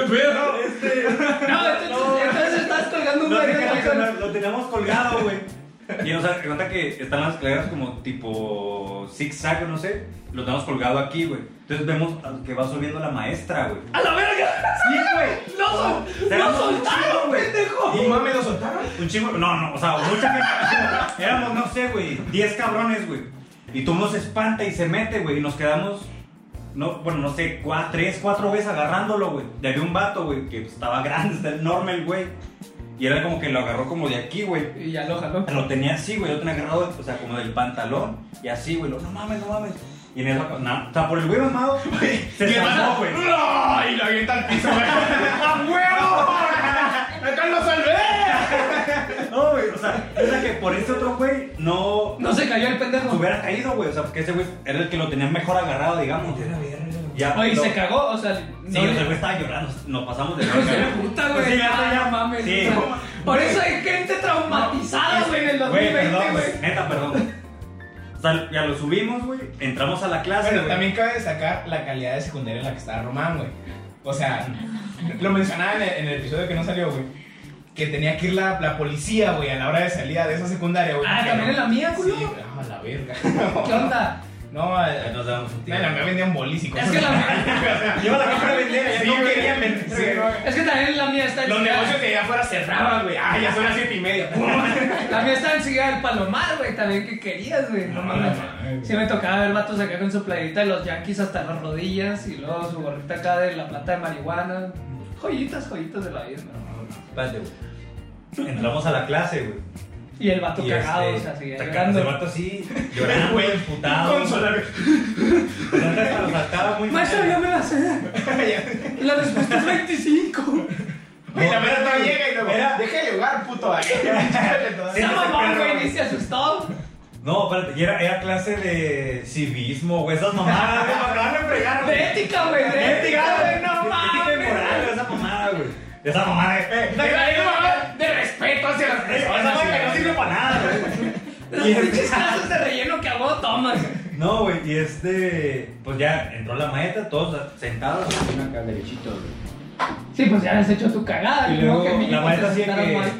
B: pedo?
D: No, este, entonces, entonces estás colgando un
E: Lo
D: verga
E: teníamos,
D: de
E: colgado- lo teníamos colgado, güey. Y o sea, te cuenta que están las escaleras como tipo zigzag, no sé. Lo tenemos colgado aquí, güey. Entonces vemos a- que va subiendo la maestra, güey.
D: ¡A la verga!
E: Sí, güey.
D: ¡Lo, sol-
E: Éramos
D: lo
E: un
D: soltaron,
E: chingo, güey.
D: pendejo!
B: ¿Y mames lo soltaron?
E: Un chingo. No, no, o sea, mucha gente. Éramos, no sé, güey, 10 cabrones, güey. Y tú nos espanta y se mete, güey. Y nos quedamos, no, bueno, no sé, 3, tres, cuatro veces agarrándolo, güey. De había un vato, güey, que estaba grande, está enorme el güey. Y era como que lo agarró como de aquí, güey.
D: Y ya lo jaló.
E: Lo tenía así, güey. Lo tenía agarrado, o sea, como del pantalón. Y así, güey. lo, No mames, no mames. Y en eso, no, o sea, por el güey mamado, se
B: Y el
E: salvó,
B: vato,
E: güey.
B: ¡No! Y lo avienta al piso, güey. ¡A huevo! ¡Acá lo salvé!
E: No, güey, o sea, es la que por ese otro güey no,
D: No se cayó el pendejo.
E: se hubiera caído, güey. O sea, porque ese güey era el que lo tenía mejor agarrado, digamos. Ya,
D: Oye,
E: lo-
D: se cagó, o sea.
E: Sí,
D: no
E: o sea,
D: le-
E: el güey estaba llorando. Nos pasamos de
D: Hijos de
E: verga, güey.
D: puta,
E: Pues
D: güey.
E: sí, ya está, ya.
D: Ah, mames.
E: Sí.
D: o sea, por eso hay gente traumatizada, güey, en el
E: Güey,
D: 2020,
E: perdón,
D: güey.
E: güey. Neta, perdón. güey. O sea, ya lo subimos, güey. Entramos a la clase,
B: Bueno,
E: güey.
B: también cabe destacar la calidad de secundaria en la que estaba Román, güey. O sea, lo mencionaba en el, en el episodio que no salió, güey. Que tenía que ir la, la policía, güey, a la hora de salida de esa secundaria, güey.
D: Ah,
B: porque
D: también
B: no-
D: en la mía,
B: Sí,
D: culo.
B: güey, ah, la verga.
D: ¿Qué onda?
B: No,
E: Ahí
B: a-
E: Nos damos un tiro.
B: bueno, me vendían bolísicos.
D: Es que la
E: Lleva la cámara vendera, ya
B: Sí,
E: no
B: güey.
E: quería vender.
B: Sí, güey.
D: Es que también la mía está
B: Los
D: enseguida-
B: negocios de allá afuera cerraban, güey. Ah, ya son las siete y media.
D: La mía está enseguida del palomar, güey. También que querías, güey. No
B: No,
D: mames.
B: no, no, no.
D: Sí me tocaba ver vatos acá con su playerita de los yankees hasta las rodillas y luego su gorrita acá de la plata de marihuana. Joyitas, joyitas de la vida, ¿no?
E: Espérate, güey. Entramos a la clase, güey.
D: Y el vato
E: Y
D: cagado,
E: este,
D: o sea, así,
E: te cagas,
D: llorando.
E: El vato así, llorando, güey,
B: Ah,
E: emputado.
B: Consolar.
E: Pero antes se lo saltaba muy
D: Maestro,
E: mal.
D: yo me la sé. La respuesta es 25.
B: Güey, la verdad todavía llega y luego.
E: Era-
B: Deja de jugar, puto. ahí".
E: Sí,
D: Esa
E: ese
D: mamón,
E: perro,
D: güey,
E: güey.
D: ni se asustó.
E: No, espérate, y era, era clase de civismo, güey, esas mamadas, güey, para acabar de fregar, güey.
D: De ética, güey. De ética, güey. No
E: Ética y moral,
D: mames.
E: güey, esa mamada, güey. Esa mamada, eh,
B: De la- de respeto hacia las
E: esa
B: personas.
E: mamada que no
B: güey.
E: sirve para nada, güey. este,
D: Las pinches clases de este relleno que hago, tomas.
E: No, güey, y este, pues ya entró la maestra, todos sentados, una acá derechitos, güey.
D: Sí, pues ya has hecho tu cagada.
E: Y
D: creo
E: luego
D: que mínimo
E: la maestra
D: te
E: hacía
D: sentaron
E: que.
D: mal.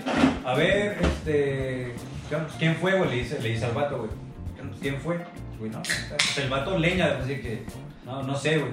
E: A ver, este. digamos, ¿Quién fue, güey? Le dice, le dice al vato, güey. Digamos, ¿Quién fue? Güey, no. pues, El vato leña, así que. No, no sé, güey.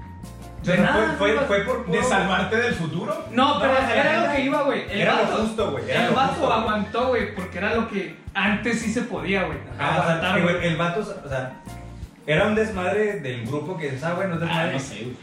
E: O sea,
D: de nada,
E: fue,
D: no,
E: fue, fue por.
B: ¿De
E: por-
B: salvarte del futuro?
D: No, pero
E: No, o sea, la
D: era lo
E: neta,
D: que iba, güey. El
E: era lo
D: vato,
E: justo, güey, era
D: El
E: lo
D: vato
E: justo, güey.
D: aguantó, güey, porque era lo que antes sí se podía, güey.
E: Ah, o sea,
D: aguantar,
E: sí,
D: güey.
E: güey, el vato, o sea. Era un desmadre del grupo que ah, bueno, es
B: Ah,
E: desmadre.
B: no sé, güey.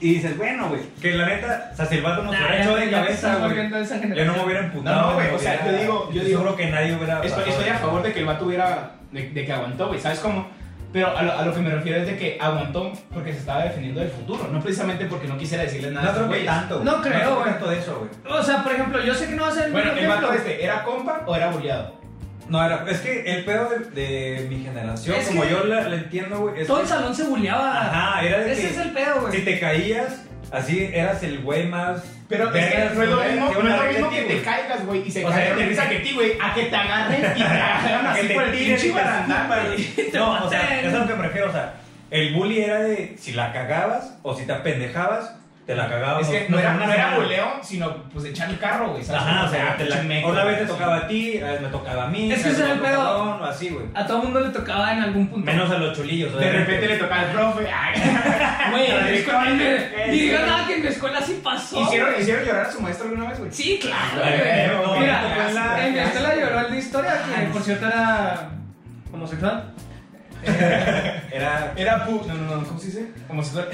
E: Y dices, bueno, güey, que la neta, o sea, si el vato nos
D: Nah,
E: hubiera
D: ya
E: hecho
D: te-
E: de
D: ya te
E: cabeza,
D: estás
E: güey,
D: volviendo a esa
E: yo no
D: generación.
E: me hubiera emputado.
B: No, no, güey,
E: me
B: o sea,
E: hubiera-
B: yo digo- yo
E: estoy
B: digo-
E: seguro que nadie hubiera.
B: Estoy,
E: pasado
B: estoy
E: de-
B: a favor de que el vato hubiera. de, de que aguantó, güey. ¿Sabes cómo? Pero a lo, a lo que me refiero es de que aguantó porque se estaba defendiendo del futuro. No precisamente porque no quisiera decirles nada. a
E: No
B: estos
E: creo que
B: güeyes.
E: tanto.
D: No creo,
E: creo
D: güey.
E: tanto de eso, güey.
D: O sea, por ejemplo, yo sé que no va a ser el
B: Bueno,
D: mismo
B: el vato
D: ejemplo.
B: este, ¿era compa o era bulleado?
E: No, era, es que el pedo de, de mi generación,
D: Es
E: como
D: que-
E: yo la, la entiendo, güey. es
D: Todo
E: que-
D: el salón se buleaba.
E: Ajá, era de
D: Ese
E: que
D: es el pedo, güey.
E: si te caías, así eras el güey más.
C: Pero es que
E: vergas,
C: no es lo
E: güey,
C: mismo,
E: que
C: no
E: una
C: es lo
E: regla
C: mismo
E: de
C: que
E: ti,
C: te
E: güey.
C: caigas, güey, y se
E: O sea,
C: caigan de
E: yo-
C: risa que ti, güey, a que te agarren y te agarran
E: Que
C: así
E: te
C: por el
E: tiren,
C: pinche
E: que te-
C: barandal, güey.
E: No, o sea,
D: maten.
E: eso es lo que prefiero, o sea, el bully era de si la cagabas o si te apendejabas, te la
C: Es
E: cagabas.
C: que no era, no era boleo, sino pues echar el carro, güey. ¿sabes?
E: Ajá, o sea, te la,
C: Chimeco,
E: una vez te
C: güey,
E: tocaba
C: sí.
E: a ti, a veces me tocaba a mí.
D: Es que ese
E: a veces
D: era el
E: me tocaba
D: pedo.
E: a uno, así, güey.
D: A todo el mundo le tocaba en algún punto.
E: Menos a los chulillos.
C: De
E: obviamente.
C: repente le tocaba al profe.
D: Güey, en mi escuela-
C: Eh,
D: y digan, ah, que en mi escuela sí pasó.
C: ¿Hicieron, ¿Hicieron llorar a su maestro alguna vez, güey?
D: Sí, claro,
E: Ay,
D: güey.
E: no,
D: Mira,
C: no,
D: en la-
C: no,
D: en mi
C: no,
D: escuela
C: no,
D: lloró el de historia, que por cierto era homosexual.
E: Era.
C: Era pu... No, no, no, ¿cómo se dice? Homosexual.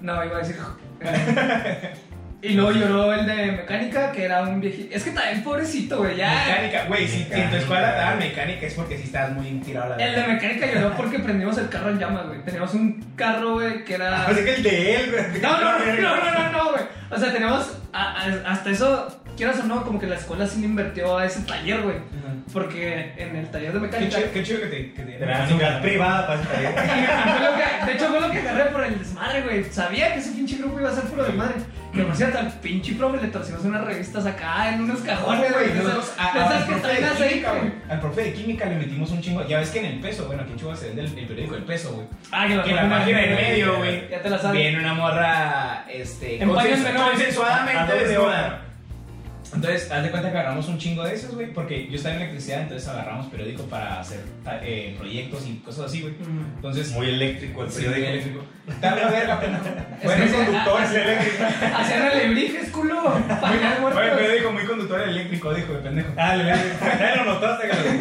D: No, iba a decir. Y luego lloró el de mecánica, que era un viejito. Es que también pobrecito, güey. Ya.
C: Mecánica, güey, si, si en tu escuela te dan mecánica es porque si estás muy tirado a la
D: El de mecánica lloró porque prendimos el carro en llamas, güey. Teníamos un carro, güey, que era.
E: Así que el de él, güey.
D: No, no, no, no, no, no, no, güey. O sea, tenemos. a- a- hasta eso, quieras o no, como que la escuela sí le invirtió a ese taller, güey. Porque en el taller de
C: Qué
D: mecánica.
C: chido, qué chido que te... Que te
E: Era una privada para estar ahí.
D: Fue lo que- de hecho, fue lo que agarré por el desmadre, güey. Sabía que ese pinche grupo iba a ser puro desmadre. Que por cierto, al pinche profe le torcimos unas revistas acá en unos cajones,
C: Oye,
D: güey.
C: güey, nosotros a- a-
D: Esas
C: al
D: que
C: profe
D: traen
C: de
D: aceite,
C: química,
D: güey.
C: güey, Al profe de química le metimos un chingo. Ya ves que en el peso, bueno, aquí en Chihuahua se vende el, el periódico El Peso, güey.
D: Ah, que
C: Que en la página de medio, güey.
D: Ya te la sabes.
C: Viene una morra, este,
D: En paños
C: consensu-
D: menores.
E: A
C: consensuadamente
E: doble
C: desnuda.
E: hora.
C: Entonces, haz de cuenta que agarramos un chingo de esos, güey, porque yo estaba en electricidad, entonces agarramos periódico para hacer ta- eh, proyectos y cosas así, güey.
D: Mm.
C: Entonces,
E: Muy eléctrico el
C: Sí, muy
E: periódico.
C: eléctrico. Dame a ver la pena.
D: Es
C: Bueno,
D: que
C: muy
D: se-
C: conductor
D: a-
C: eléctrico.
D: Hacían alebrijes, culo. Pañal muerto.
C: Bueno, el periódico muy conductor eléctrico, dijo, de pendejo.
E: Ah, le Ya lo notaste, cabrón.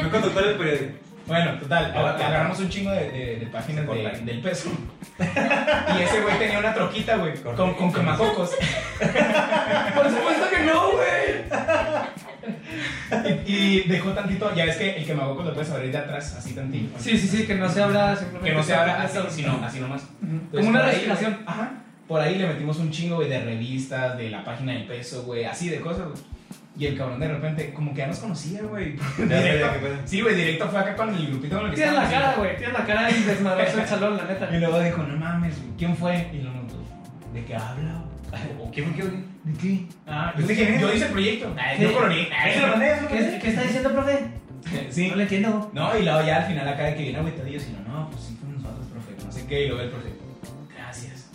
E: Muy conductor del
B: pues,
E: periódico.
C: Bueno, total,
E: Ah, bueno.
C: agarramos un chingo de, de- de páginas de-
E: Online.
C: del peso. y ese güey tenía una troquita, güey, con, con quemacocos.
D: Por supuesto que no, güey.
C: Y, y dejó tantito, ya ves que el quemacocos lo puedes abrir de atrás, así tantito.
D: Sí, sí, sí, que no se habla simplemente.
C: Que no se abra así,
D: Ujú.
C: sino así nomás.
D: Como
C: Entonces,
D: una
C: por ahí,
D: respiración.
C: güey, Ajá. Por ahí le metimos un chingo, güey, de revistas, de la página del peso, güey, así de cosas, güey. Y el cabrón de repente, como que ya nos conocía, güey. Directo.
E: sabía qué pedo.
C: Sí, güey, directo fue acá con el grupito con el que
D: Tienes la
C: estábamos,
D: cara, güey. Tienes la cara y desmadroso el salón, la neta.
C: Y luego dijo, no mames, güey, ¿quién fue? Y luego nosotros, ¿de qué habla? ¿O qué fue? ¿De qué? Ah, yo,
E: ¿Usted quién
C: dije,
E: es?
C: yo hice el proyecto. Ay,
D: Sí.
C: Yo coroné. Ay,
E: ¿Qué se lo mandé? ¿Se lo
D: ¿Qué,
E: mandé?
D: ¿Qué está diciendo, profe?
C: Sí.
D: No le entiendo.
C: No, y luego ya al final acá de que viene agüitadillo, sino, no, pues sí fuimos nosotros, profe, no sé qué, y luego el profe, gracias,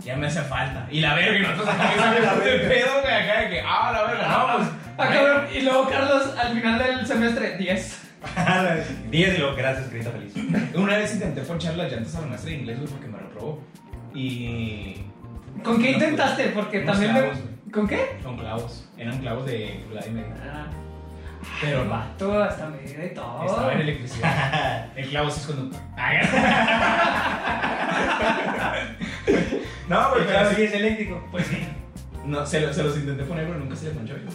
C: ya me hace falta. Y la verga, y nosotros acá que sale la verga, pedo, güey, acá de que, ah, la verga, no, pues.
D: Ah, cabrón. Y luego, Carlos, al final del semestre, 10.
C: Ah,
E: 10 y luego gracias, grita feliz.
C: pues. Una vez intenté forchar las llantas a la maestra de inglés, güey, porque me reprobó. Y.
D: ¿Con qué intentaste? Porque
C: Unos
D: también
C: clavos, güey.
D: me... ¿Con qué?
C: Con clavos, eran clavos de pulgada y media.
D: Ah,
C: Pero
D: el vato hasta me y todo.
C: Estaba en electricidad. El clavo sí es conductor. no,
E: Pero
C: güey, pero sí.
E: es eléctrico.
C: Pues sí. No, se, lo- se los intenté poner, pero nunca se le ponchó. güey.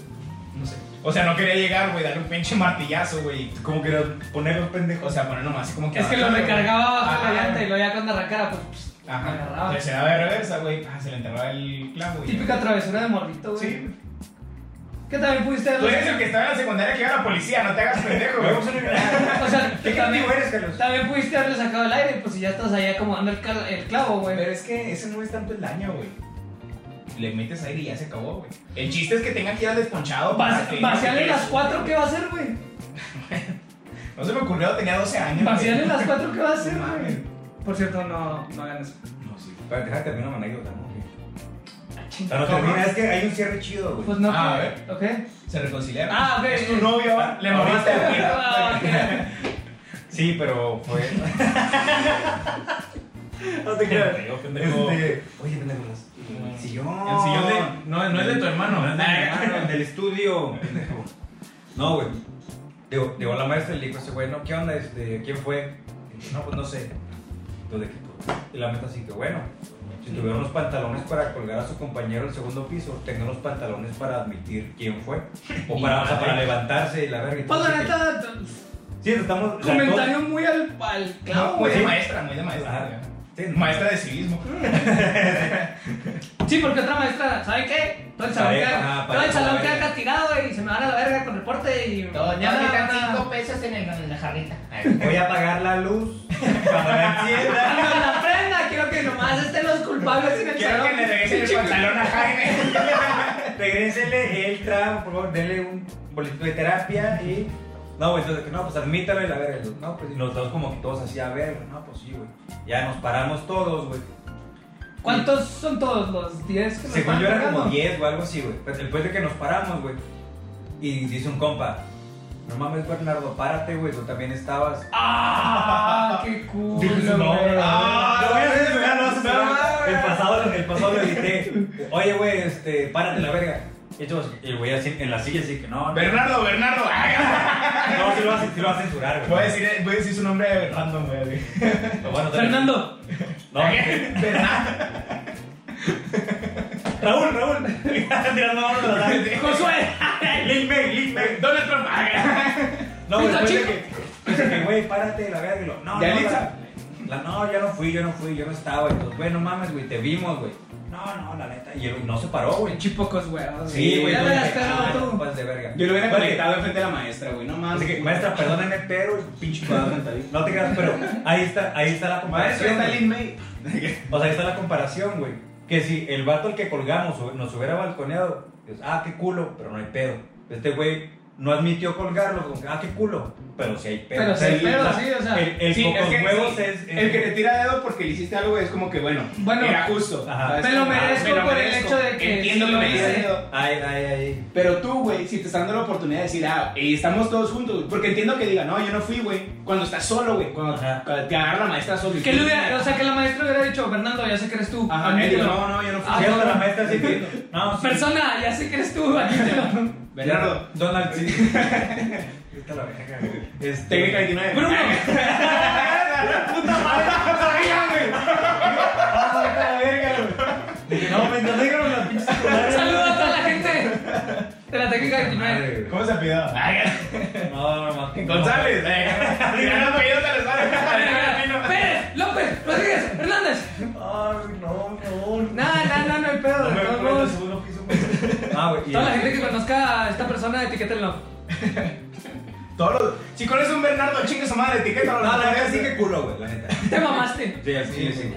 C: No sé. O sea, no quería llegar, güey, darle un pinche martillazo, güey.
E: Como que era poner los pendejos.
C: O sea, poner nomás así como que.
D: Es que lo
C: abajo,
D: recargaba
C: Ajá.
D: bajo la llanta y luego ya cuando arrancara, pues, pss,
C: güey. Ajá.
D: agarraba.
C: Entonces se daba de reversa, güey. Ah, se le enterraba el clavo, güey.
D: Típica travesura de morrito, güey.
C: Sí, güey.
D: Que también pudiste
C: Tú eres
D: haberlo...
C: el que estaba en la secundaria que iba a la policía, no te hagas pendejo, güey.
E: Vamos a una-
D: O sea,
E: ¿Qué
D: que
E: creativo
D: también,
E: eres, Carlos?
D: también pudiste haberle sacado el aire, pues si ya estás ahí acomodando el, cal- el clavo, güey.
C: Pero es que ese no es tanto el daño, güey. Le metes aire y ya se acabó, güey. El chiste es que tenga que ir al desponchado. para que-
D: Vaci- Vaciarle las cuatro, ¿qué va a hacer, güey?
C: No se me ocurrió, tenía 12 años. güey.
D: Vaciarle las cuatro, ¿qué va a hacer,
C: No mames.
D: güey? Por cierto, no, no hagan eso.
C: No, sí.
E: Para dejar terminar una anécdota, ¿no?
D: Ah,
E: Pero no
D: chingada.
E: termina, es que hay un cierre chido, güey.
D: Pues no,
C: Ah,
D: ¿qué? ¿ok?
C: Se reconciliaron.
D: Ah, ok.
C: Es tu novio, va. Le mamaste
D: Ah,
C: a
D: ok.
E: Sí, pero fue. no te
C: creas.
E: Este, oye, pendejo, las-
C: El
E: el sillón.
C: sillón Ah, de- no, no es de tu hermano.
E: No es de mi hermano, el del estudio. pendejo. No, güey. Digo, digo, la maestra le dijo a ese güey, no, ¿qué onda? Este, ¿Quién fue? Y dice, no, pues no sé. Lo de que, pues, y la meta así que, bueno, si tuvieron los pantalones para colgar a su compañero al segundo piso, tengan los pantalones para admitir quién fue. O para, o sea, para levantarse y la verga. y
D: Pues
E: todo,
D: la
E: así que-
D: neta,
E: Sí, estamos. o sea,
D: comentario muy al, al
C: No,
D: clavo,
C: muy de
D: güey.
C: maestra, muy de maestra.
E: Ah, sí,
C: Maestra de civismo.
E: todo-
D: Sí, porque otra maestra, ¿sabe qué? Todo el salón
E: Pareja,
D: queda, todo
E: pareja,
D: el salón
E: pareja.
D: queda castigado y se me van a la verga con reporte y
C: Todos ya
D: mañana
C: quitan
D: van a-
C: 5 pesos en, el, en la jarrita.
E: Voy a apagar la luz cuando la encienda.
D: Cuando la prenda, quiero que nomás estén los culpables en el
B: Quiero
D: salón.
B: que le regresen el pantalón a Jaime.
E: Regrésele el trago, por favor, denle un boleto de terapia y. No, güey, entonces, no, pues admítalo y la verga. entonces, No, pues y los dos como que todos así a ver, güey, no, pues sí, güey. Ya nos paramos todos, güey.
D: ¿Cuántos son todos los 10 que nos
E: Según
D: van
E: yo era
D: tocando?
E: como 10 o algo así, güey. Pero después de que nos paramos, güey. Y dice un compa, no mames, Bernardo, párate, güey, tú también estabas.
D: ¡Ah! ¡Qué culo!
E: Dices, no,
D: güey.
E: ah,
B: no,
E: lo voy a hacer,
B: no,
E: güey, no,
B: no,
E: no,
B: no,
E: El pasado, el pasado lo edité. Oye, güey, este, párate la verga. Y yo, y el güey así en la silla así que no, no,
B: Bernardo, Bernardo. ah,
E: no, sí lo vas, sí lo vas a censurar,
B: Voy a
E: güey.
B: decir, voy a decir su nombre random, güey.
E: Pero bueno, también-
D: Fernando,
E: No, Raúl, Raúl. Tirando mano a la tarde.
D: Josué,
E: Lin May, Lin May.
B: Donald Trump. ah,
E: No, güey,
D: Pito
E: después
D: chico.
E: de que- después de que, güey, párate, la verga. y lo- No,
B: ¿De
E: no,
B: Alexa?
E: la- la- no, yo no fui, yo no fui, yo no estaba. Y todos, güey, no mames, güey, te vimos, güey. No, no, la neta. Y el- no se paró, güey.
D: chipocos, huevos.
E: Sí, güey.
D: Ya
E: yo
D: lo habías
E: dije,
D: esperado
E: "Ah, no,
D: tú.
E: pas de verga.
B: Yo lo hubiera
E: Güey,
B: conectado enfrente de la maestra, güey. No mames.
E: así que, maestra, perdóname, pero el pinche cuadro No te creas, pero ahí está, ahí está la comparación.
B: Maestra, está
E: güey.
B: Lin May.
E: O sea, ahí está la comparación, güey. Que si el vato al que colgamos hub- nos hubiera balconeado, pues, ah, qué culo, pero no hay pedo. Este güey no admitió colgarlo, como que, ah, qué culo, pero sí hay pedo.
D: Pero
E: O sea,
D: sí,
E: el-
D: pero
E: la-
D: sí, o sea,
E: El, el
B: Sí,
E: pocos
B: es que-
E: huevos
B: sí,
E: es, es-
B: El que te tira dedo porque le hiciste algo es como que, bueno,
D: Bueno,
B: era justo.
E: ajá.
B: ¿sabes?
D: Me lo
B: Ah,
D: merezco por el hecho de que
B: Entiendo
D: sí
B: que
D: lo
B: me
D: hice.
B: tira dedo.
E: Ay, ay, ay.
B: Pero tú, güey, si te están dando la oportunidad de decir, ah, eh, estamos todos juntos, güey. Porque entiendo que diga, no, yo no fui, güey. Cuando estás solo, güey. Cuando,
E: Ajá.
B: cuando te agarra la maestra solo. y
D: Que
B: tú-
D: le hubiera, o sea, que la maestra hubiera dicho, Fernando, ya sé que eres tú.
B: Ajá, él dijo,
D: admítelo.
B: no, no, yo no fui.
D: Ah,
E: Sí,
D: no,
E: hasta la
D: no.
E: maestra así que, no, sí.
D: Persona, ya sé que eres tú, admítelo.
B: Bernardo,
E: Donald, sí. Esta la verga, güey. Este-
B: técnica 29.
D: Bruno,
E: ¡Puta madre! ¡No sabía, güey! ¡Ah, esta la verga, güey! Dije, no, me no digan las pinches colores.
D: saluda a toda la gente de la técnica 29.
E: Madre, güey.
B: ¿Cómo se apellidaba?
E: No, no, no.
B: González. Mira, no apellido te lo sabes.
D: Pérez, López, Rodríguez, Hernández.
E: Ay, no, no.
D: No, no, no, no hay pedo. de todos modos.
E: Ah, güey. y-
D: Toda la gente que conozca a esta persona, etiquétenlo.
B: Todos los- Si conoces un Bernardo, chingue su madre, etiqueta.
E: No, la neta sí que culo, güey, la neta.
D: Te mamaste.
E: Sí, así sí, sí.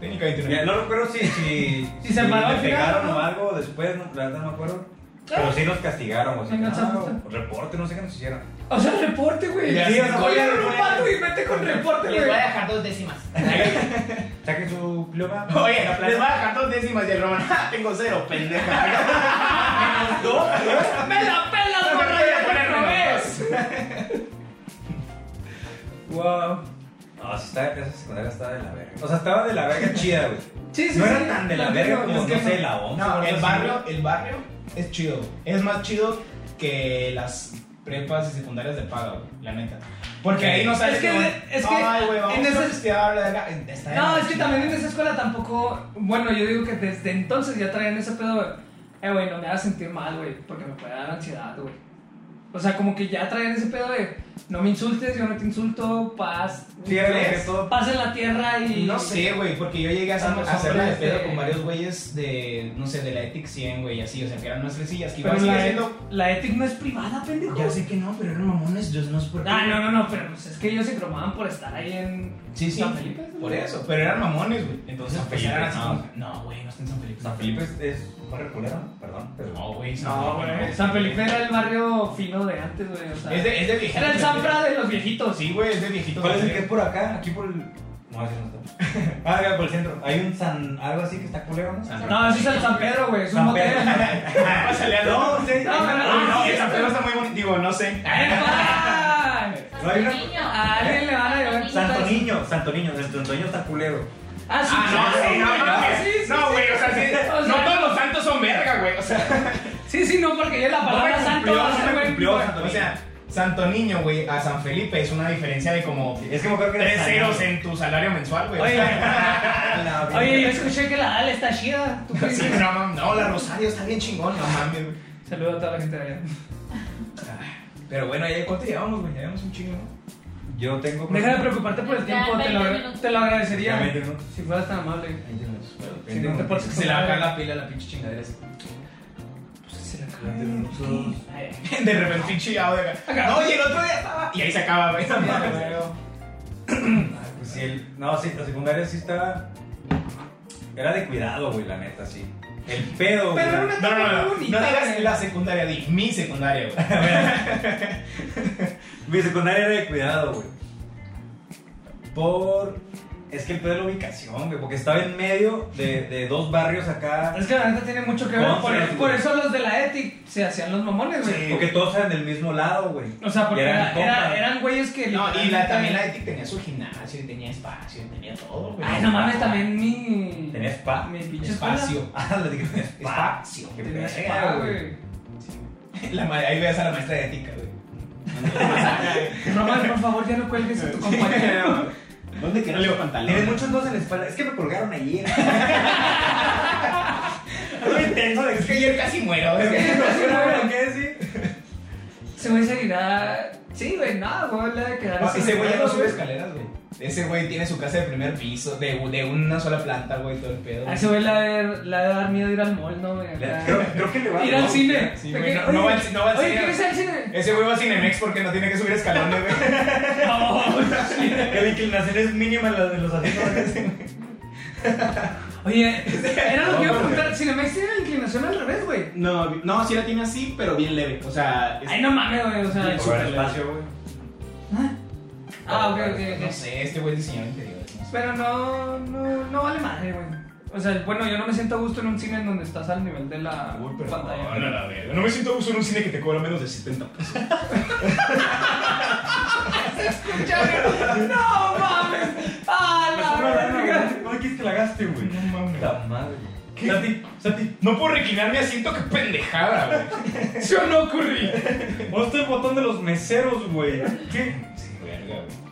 B: Técnica
E: Ya,
B: 29.
E: no recuerdo si. Si,
D: Si se paró
E: le
D: al final,
E: pegaron
D: ¿no? Ah.
E: o algo después, no, la verdad no me acuerdo. Pero sí nos castigaron, o sea,
D: Venganza
E: no,
D: justa.
E: reporte, no sé qué nos hicieron.
D: O sea, reporte, güey.
E: Ya, sí, o sea,
D: Oye,
E: oye,
D: era un
E: güey.
D: pato y vete con reporte,
C: Les voy a
D: güey.
C: dejar dos décimas.
E: Saquen su pluma.
B: Oye,
E: la
B: les va a dejar dos décimas y el Roman. "Ja, Tengo cero, pendeja.
D: ¡Me la pelas,
B: No me
D: morra!
B: voy a
D: ¡Ya
B: poner
D: me
B: menos.
D: robé! Wow.
E: No, sí, está, esa secundaria estaba de la verga. O sea, estaba de la verga chida, güey.
D: Sí, sí,
E: no era
D: sí,
E: tan de la
D: la
E: verga
D: creo,
E: como,
D: es que
E: no sé,
D: no.
E: la 11.
B: No, el barrio, el barrio es chido. Es más chido que las prepas y secundarias de paga, güey, la neta. Porque ahí no sabes
D: Es que-
B: güey,
D: es que
B: Ay, güey, vamos
D: en ese-
B: a pistear, la verga, está de
D: No,
B: la
D: es que
B: chingada.
D: también en esa escuela tampoco. Bueno, yo digo que desde entonces ya traían ese pedo. de, Eh, güey, no me hagas sentir mal, güey, porque me puede dar ansiedad, güey. O sea, como que ya traían ese pedo de no me insultes, yo no te insulto, paz.
E: Sí, era como que
B: ¿Ves?
E: todo.
D: Paz en la tierra y.
B: No sé, güey, porque yo llegué a hacer-
D: Ambos
B: a hacerla de
D: hombres,
B: pedo
D: eh.
B: con varios güeyes de, no sé, de la Ethic 100, güey, así, o sea, que eran más fresillas, que
D: Pero
B: iban
D: la, e-
B: haciendo...
D: la ETIC no es privada, pendejo.
B: Ya sé que no, pero eran mamones, yo no sé por qué.
D: Ah, no, no, no, pero pues, es que ellos se cromaban por estar ahí en.
B: Sí, sí,
D: San Felipe. ¿no?
B: por eso, pero eran mamones, güey. Entonces,
E: San
B: pues,
E: Felipe,
B: eran así
E: no.
B: como- No, güey, no está en San Felipe.
E: San Felipe es, es un barrio culero, perdón. Pero...
B: No, güey, San
D: No,
B: Felipe
D: güey. San Felipe era el barrio fino de antes, güey. O sea,
B: Es de, es de viejitos.
D: era el Sanfra de los viejitos.
B: Sí, güey, es de viejitos.
E: ¿Cuál es el que es por acá? Aquí por el. No, ese no está. Ah, acá por el centro. Hay un San. algo así que está culero, ¿no?
B: San-
D: No, ese es el San Pedro, güey. Es un
E: San
D: motel.
E: Pedro.
B: Pásale a
E: No, sí.
D: No, no, no.
B: Uy, no, el San Pedro está muy bonito. Digo, no sé.
D: ¡Epa!
E: No hay una-
D: A alguien le van a llevar
C: San
E: Santo
D: putas.
E: Niño, Santo Niño, Santo Niño está culero.
D: Ah, sí,
B: Ah, no, sí, no, no,
D: no,
B: güey.
D: sí, sí,
B: No, güey, o sea, sí.
D: O
B: No
D: sea-
B: todos los santos son verga, güey. O sea,
D: Sí, sí, no, porque ya la palabra
B: no me
D: santo
B: cumplió,
D: va a
B: no
D: ser,
B: me
D: güey.
B: cumplió, Santo Niño. O sea, Santo Niño, güey, a San Felipe es una diferencia de como
E: Es que me acuerdo que
B: tres
E: era
B: ceros en tu salario mensual, güey. O
D: Oye,
B: sea,
E: La-
D: Oye, yo escuché que la Ale está chida. ¿Tú qué
B: sí,
D: dices?
B: no, mames, no, la Rosario está bien chingón, no mames, güey.
D: Saludo a toda la gente de allá.
B: Pero bueno, ya cuánto llevamos, güey, ya llevamos un chingo, ¿no?
E: Yo tengo.
D: Deja de preocuparte por el
C: Ya,
D: tiempo, te
C: veinte
D: lo,
C: minutos.
D: te lo
E: Ya,
D: agradecería.
E: veinte minutos.
D: Si fueras tan amable.
E: Veinte minutos, pero
D: Si
E: veinte
D: no te
E: minutos.
D: portas
B: Se le va a caer
D: acá
B: la pila a la pinche chingadera. esa.
D: Se la
E: Veinte minutos.
B: De repente, pinche audio acá. No, y el otro día estaba. Y ahí se acaba, güey. esa madre.
E: Ay, Pues sí, el, no, sí, la secundaria sí estaba. Era de cuidado, güey, la neta, sí. El pedo, güey.
D: Pero era una
B: No, no, no, no. No
D: bonita,
B: digas
D: güey.
B: la secundaria, di mi secundaria, güey.
E: Mi secundaria era de cuidado, güey. Por. Es que el pedo de la ubicación, güey, porque estaba en medio de, de dos barrios acá.
D: Es que la neta tiene mucho que ver.
E: Vamos,
D: Por,
E: sí,
D: por
E: sí.
D: eso los de la ETI se hacían los mamones, güey.
E: Porque todos eran del mismo lado, güey.
D: O sea, porque
E: Y
D: era-
E: compas.
D: era- eran güeyes que.
B: No, y la, también la ETIC tenía su gimnasio, y tenía espacio, y tenía todo, güey.
D: Ay, no mames, también mi.
E: Tenía spa.
D: Mi pinche
B: espacio.
E: Ah, le dije, tenía spa.
B: Espacio.
E: Qué
D: Tenía
E: verga,
D: spa,
E: güey.
D: güey.
B: La ma- ahí veas a la maestra de ética, güey.
D: Román, por favor, ya no cuelgues a tu compañero.
B: ¿Dónde que no le pantalón?
E: Tienes muchos dos en la espalda. Es que me colgaron ¿eh? ayer. Algo intenso de
B: Es que ayer casi muero,
E: Es
B: güey.
E: que no sé nada qué decir.
D: Se me seguirá. Sí, güey, nada, güey, la de quedar.
B: No,
D: así,
B: ese güey ya no sube
D: güey.
B: escaleras, güey. Ese güey tiene su casa de primer piso, de, de una sola planta, güey, todo el pedo.
D: A ese güey la de, la de dar miedo ir al mall, ¿no, güey?
E: Le-
D: Acá.
E: Creo, creo que le va
D: Ir al
E: ¿no?
D: cine.
B: Sí,
D: De
B: güey,
D: que,
B: no- no va al
D: oye,
B: ci- no va al
D: oye,
B: cine.
D: ¿quieres ir al cine?
B: Ese güey va a Cinemex porque no tiene que subir escalones, güey.
E: Que la inclinación es mínima la de los asientos.
D: Oye, era lo que iba a
E: No,
D: preguntar. Cinemex tiene la inclinación al revés, güey.
B: No, no, sí la tiene así, pero bien leve. O sea, es-
D: Ay, no mames, güey, o sea.
B: Sí,
E: Por el espacio, güey.
D: Ah, ok, ok,
B: no
D: ok.
B: sé, este güey es diseñador interior.
D: Pero no, no, no vale madre, güey. O sea, bueno, yo no me siento a gusto en un cine en donde estás al nivel de la pantalla.
B: la verga. Ah, No me siento a gusto en un cine que te cobra menos de 70 pesos.
D: ¡No mames! ¡Ah, la verga!
E: ¿Cómo quieres que la gaste, güey? No mames. La madre.
B: ¿Qué?
E: Santi, Santi,
B: No puedo reclinar mi asiento, qué pendejada, güey.
D: Yo no ocurrí.
E: ¿dónde está el botón de los meseros, güey? ¿Qué?
B: Sí, verga, güey.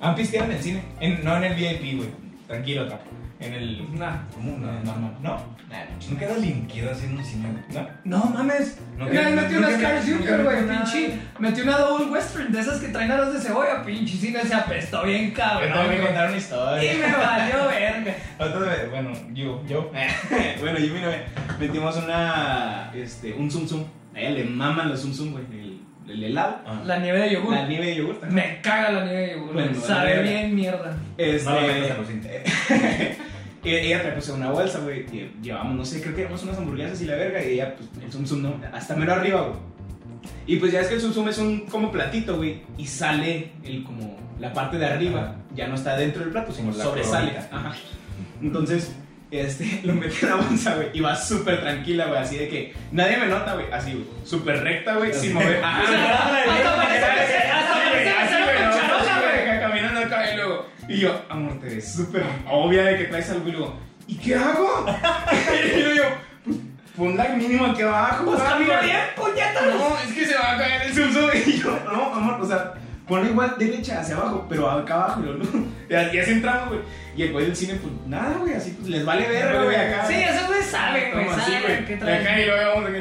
B: Ah, ¿Han pisteado en el cine? En- no en el VIP, güey. Tranquilo, tapo. En el.
D: Nah.
E: ¿Cómo
B: No,
E: una?
B: no, no. No.
E: No queda linquido así en un cine, güey.
B: ¿No?
D: No mames.
E: No,
D: Una vez
E: no,
D: metí
E: no,
D: una
E: no,
D: Scar
E: no,
D: Zucker,
E: no,
D: güey.
E: no, no,
D: Pinche. Metí una Double Western de esas que traen aros de cebolla. Pinche cine se apestó bien
B: Yo
D: cabrón.
B: tengo que
D: güey.
B: contar una
D: Y
B: historia.
D: me valió verga.
B: Entonces, bueno, yo, yo. bueno, yo mira, güey, metimos una. Este, un zum zum. A ella le maman los zum zum, güey. El, el helado.
E: Ah.
D: La nieve de yogur.
B: La nieve de yogur.
D: Me caga la nieve de yogur. güey.
B: Bueno,
D: Sabe
B: verga.
D: bien mierda.
B: Este,
E: No la vendas a los cines.
B: Y ella trae pues una bolsa, güey. y Llevamos, no sé, creo que llevamos unas hamburguesas y la verga. Y ella, pues, el zum zum, no, hasta mero arriba, güey. Y pues ya es que el zum zum es un como platito, güey. Y sale el como la parte de arriba. Ya no está dentro del plato, sino
E: Como la
B: sobresale.
E: coronita.
B: Ajá. Entonces, este, lo metí en la bolsa, güey. Y va súper tranquila, güey. Así de que nadie me nota, güey. Así, güey. Súper recta, güey. Sin mover. Ah,
D: sea,
B: no.
D: hasta parece que se- hasta
B: Así, güey,
D: parece que
B: así,
D: se
B: güey,
D: lo
B: no,
D: mancharon,
B: así,
D: güey.
B: güey, acá caminando acá y luego. Y yo, amor, te ves súper obvia de que traes algo y luego, ¿y qué hago? y yo, yo, pon la mínima aquí abajo.
D: Pues
B: güey.
D: camina bien, puñetas.
B: No, es que se va a caer el zumzo. Y yo, no, amor, o sea, ponlo igual derecha hacia abajo, pero acá abajo, y yo, no. Y así así entramos, güey. Y el güey del cine, pues nada, güey, así pues les vale verga, güey, acá.
D: Sí, esos güeyes saben, güey.
B: Como así,
D: Saben qué
B: güey. Y acá
D: traen.
B: y luego vamos acá.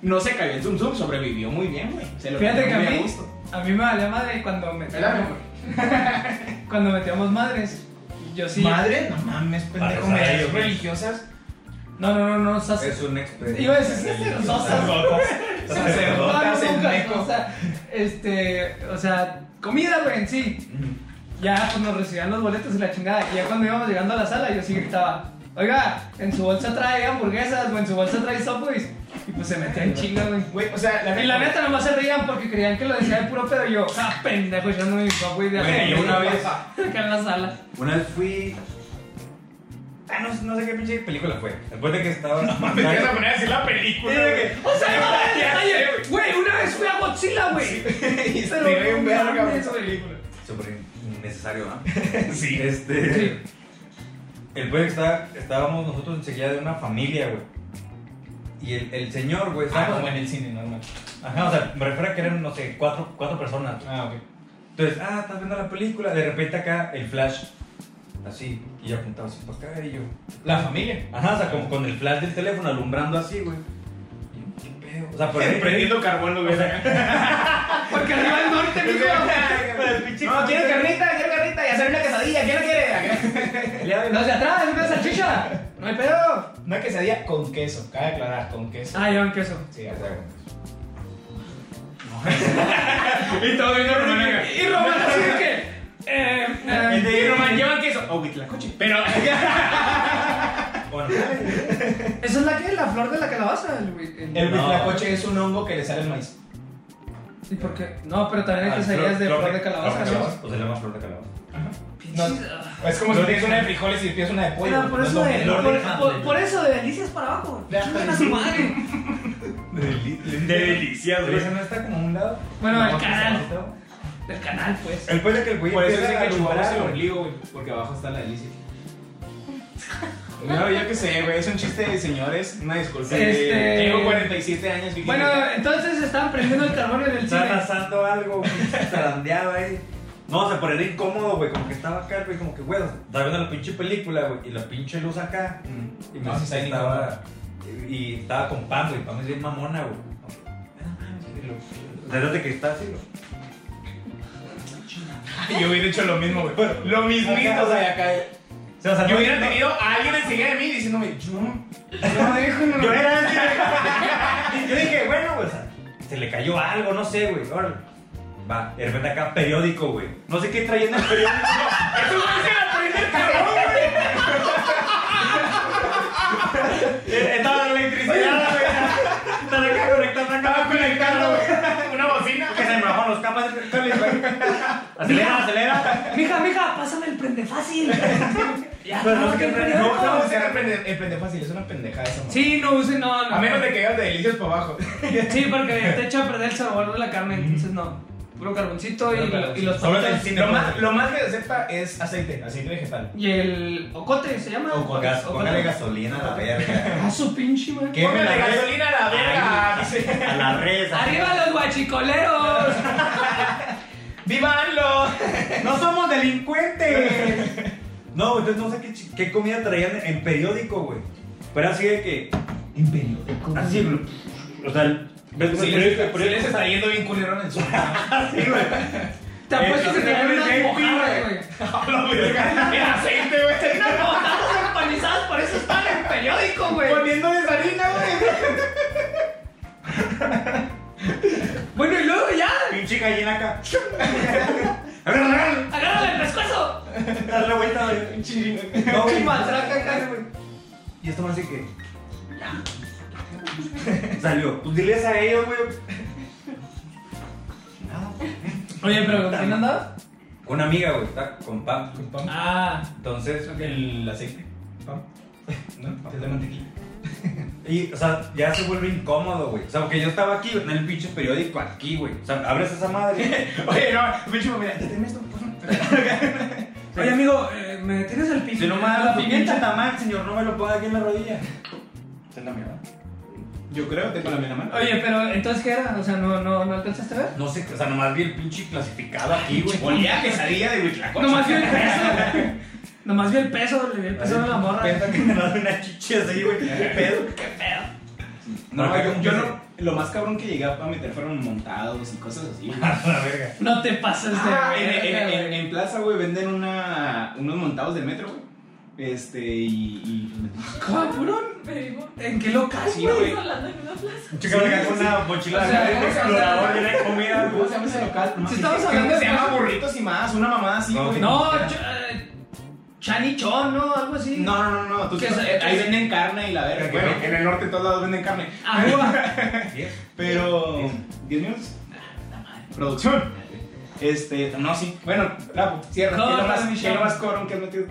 B: No se cayó el zum zum, sobrevivió muy bien, güey. Se lo
D: Fíjate que
B: comió
D: a
B: muy
D: mí,
B: gusto.
D: a mí me valía madre cuando metíamos,
B: Espérame, güey.
D: cuando metíamos madres. Yo sí.
B: Madre, no mames,
E: Para
B: pendejo,
E: los
B: medidas
E: rayos, güey.
B: religiosas.
D: No, no, no, no, sas.
E: Es un experto.
D: Iba a decir sacerdotas.
B: Sacerdotas en
D: O
B: México.
D: sea, este, o sea, comida, güey, en sí.
B: Mm.
D: Ya pues nos recibían los boletos y la chingada. Y ya cuando íbamos llegando a la sala, yo sí gritaba. Oiga, en su bolsa trae hamburguesas o en su bolsa trae softwares. Y pues se metían chingas, güey.
B: Güey, o sea,
D: Y la neta nomás se reían porque creían que lo decía de puro pedo. Y yo, ah, pendejo, yo no me güey, de
E: Güey, yo una vez-
D: Acá en la sala.
E: Una vez fui. Ah, no, no sé qué pinche película fue. Después de que estaba.
B: Me empiezas a poner a decir la película. güey.
D: O sea, no,
B: Ya
D: detalle,
B: sé, güey.
D: güey, una vez fui a Godzilla, güey.
B: Y se
D: Pero
B: te ve
D: no
B: un verga, güey,
D: mames,
B: esa
D: güey.
B: película.
E: Súper innecesario, ¿no?
B: Sí.
E: Este.
D: Sí.
E: El güey que estaba, estábamos nosotros enseguida de una familia, güey. Y el, el señor, güey,
B: Ah,
E: estábamos.
B: como en el cine, normal.
E: Ajá, o sea, me refiero a que eran, no sé, cuatro, cuatro personas. güey.
B: Ah, ok.
E: Entonces, ah, estás viendo la película. De repente acá el flash. Así. Y yo apuntaba así para acá y yo.
B: La familia.
E: Ajá, o sea, como con el flash del teléfono alumbrando así, güey. Y yo, ¿Qué pedo? O sea, por ahí.
B: Prendiendo carbón, lo ves acá.
D: Porque arriba del norte, mijo.
E: las pinches.
B: No, quiero carnita, quiero carnita, ya salió una quesadilla, ¿quién la quiere? Acá. Le doy, no,
D: Los de atrás, una salchicha. No hay pedo.
B: una quesadilla con queso, cabe aclarar, con queso.
D: Ah, llevan queso.
B: Sí, a huevo. y todo viendo Román acá.
D: Y Román así de que. Eh,
B: Y
D: eh,
B: te- Y Román, llevan queso. Oh, coche. Pero.
E: Bueno,
D: eh, esa es la que, la flor de la calabaza, el güey. el-
B: El
E: No.
B: huitlacoche es un hongo que le sale al maíz.
D: ¿Y por qué? No, pero también hay quesadillas pues de Ah, flor de calabaza, ¿no?
E: Pues se llama flor de calabaza.
B: No, es como si tienes una de frijoles y pides una de pollo.
D: Pero por
B: no es
D: eso
B: lo
D: de,
B: mismo.
E: Lord
D: por,
E: Hamlet.
D: por- por eso de delicias para abajo.
B: Ya,
D: Chingan a su madre.
E: De delicias,
C: Pero
E: güey.
C: ese no está como a un lado.
D: Bueno,
C: No,
D: el
C: que se
D: canal.
C: levantó.
D: Del canal, pues.
E: El puede que el güey
B: Por eso
E: empieza
B: dicen
E: a
B: que chupamos
E: alumbrar,
B: el
E: güey.
B: ombligo, güey, porque abajo está la delicia. No, yo qué sé, güey, es un chiste de señores, una disculpa.
D: Este-
B: Tengo 47 años y
D: Bueno, entonces estaban prendiendo el carbón en el
E: Está
D: cine.
E: pasando algo, zarandeado ahí. No, se poner incómodo, güey. Como que estaba acá, güey. Como que, güey, estaba viendo la pinche película, güey. Y la pinche luz acá. Y me
B: No, sí
E: dice
B: está
E: que
B: bien
E: estaba. Y y estaba con Pam, güey. Pam es bien mamona, güey. No, Desde que está así, güey.
B: yo hubiera hecho lo mismo, güey. Lo mismito,
E: Acá,
B: o sea, acá.
E: O sea,
B: Yo
E: no-
B: hubiera
E: no-
B: tenido a alguien enseguida de mí diciéndome, yo no, déjame.
E: Yo era Yo dije, bueno, güey, o sea, se le cayó algo, no sé, güey. Órale. Va, de repente acá periódico, güey. No sé qué traía en el periódico. Eh, Estaba la electricidad, güey. Estaba acá conectando acá.
B: Estaba conectando güey, una bocina.
E: Que se me bajaron los camas verticales, güey. Acelera, acelera.
D: Mija, mija, pásame el prende fácil. ya,
E: Pero
B: Ah,
E: no
D: no,
E: sé
D: qué
E: qué
D: periodo.
B: No, no, o sea, el pende- el pendejo fácil, es una pendejada esa. mamá.
D: Sí, no usen, no, no.
B: A menos de que hagas de delicias para abajo.
D: Sí, porque te echa a perder el sabor de la carne, entonces no. Puro carboncito y,
B: Puro carboncito.
D: y los
E: Solo
D: papitas.
E: el cine.
B: Lo más, lo más que acepta es aceite, aceite vegetal.
D: Y el ocote, ¿se llama?
B: Ocote.
E: Gas-
D: Ocote.
E: Póngale gasolina a la verga.
D: A su pinche, güey.
E: ¿Qué?
B: Póngale
E: la-
B: gasolina a la verga. dice.
E: A la red.
D: ¡Arriba los guachicoleros!
B: ¡Vívanlo!
E: ¡No somos delincuentes! No, entonces no sé qué, chi- qué comida traían en, en periódico, güey. Pero así de que.
B: En periódico.
E: Así, güey. O sea, el- ves
B: Sí, les, sí
E: el periódico, el
B: les
E: periódico.
B: está yendo bien culero en su
E: así, güey.
D: Te apuesto que
E: Entonces,
D: te dan
E: eres
D: unas
E: gay,
D: mojadas,
E: pibe.
D: güey.
B: En aceite, güey.
D: Unas mojadas empanizadas, por eso están en el periódico, güey.
B: Poniendo de salina, güey.
D: Bueno, y luego ya,
E: Pinche gallina acá. A ver, regálale.
D: agárrale el pescuezo.
E: Darle vuelta, güey. No,
D: Pinche
E: güey.
D: matraca acá, güey.
E: Y esto más así que. Salió. Pues diles a ellos, güey. Nada.
D: Oye, pero ¿con quién andabas?
E: Una amiga, güey, está con pan.
D: Ah,
E: Entonces,
B: El aceite. Pam. ¿No? Es de mantequilla.
E: Y, o sea, ya se vuelve incómodo, güey. O sea, porque yo estaba aquí, en el pinche periódico, aquí, güey. O sea, abres esa madre.
B: Oye, no, pinche, mira, ya tenés esto. por favor.
D: oye, amigo, eh, ¿me tienes el pimiento?
E: Si no me da la pimienta tamal, señor, no me lo ponga aquí en la rodilla. Esa es la mierda.
B: Yo creo que tengo la misma mano.
D: Oye, pero entonces, ¿qué era? O sea, ¿no, no, no alcanzaste a ver?
E: No sé, o sea, nomás vi el pinche clasificado aquí, güey.
B: Olía a quesadilla de Huitlacoche.
D: Nomás vi el peso. Nomás vi el peso, le vi el peso de la morra.
E: Penta que me da una chichi así, güey. ¿Qué pedo? ¿Qué pedo?
B: No, yo, yo no. Lo más cabrón que llegué a meter fueron montados y cosas así. güey.
E: A la verga.
D: No te pases de
B: Ah, en, en-
D: verga,
B: en-
D: güey.
B: en Plaza, güey, venden una, unos montados de metro, güey. Este, y. pues, y-
D: Cabrón, pero ¿en qué local,
B: Sí,
D: güey?
B: güey.
E: Chica, acá con una mochila
D: O sea,
E: de
D: o sea,
E: explorador llena de comida,
B: ¿Cómo
E: güey.
B: se llama ese local?
D: Si estamos hablando de
B: Se llama
D: Plaza-
B: Burritos y más, una mamada así,
E: No,
B: güey.
D: No, ch- eh, Chanichón, ¿no? Algo así.
B: No, no, no, no. tú-
D: ¿Qué es-
B: eh, ahí venden carne y la verga.
E: Bueno,
B: en el norte en todos lados venden carne.
D: Ah, Agua.
B: Pero. ¿10 minutos? Producción. Este, no, sí. Bueno, Rapo, cierra.
D: No,
B: ¿Qué es lo
D: no,
B: más-
D: no,
B: ¿Qué es lo más cabrón que has metido?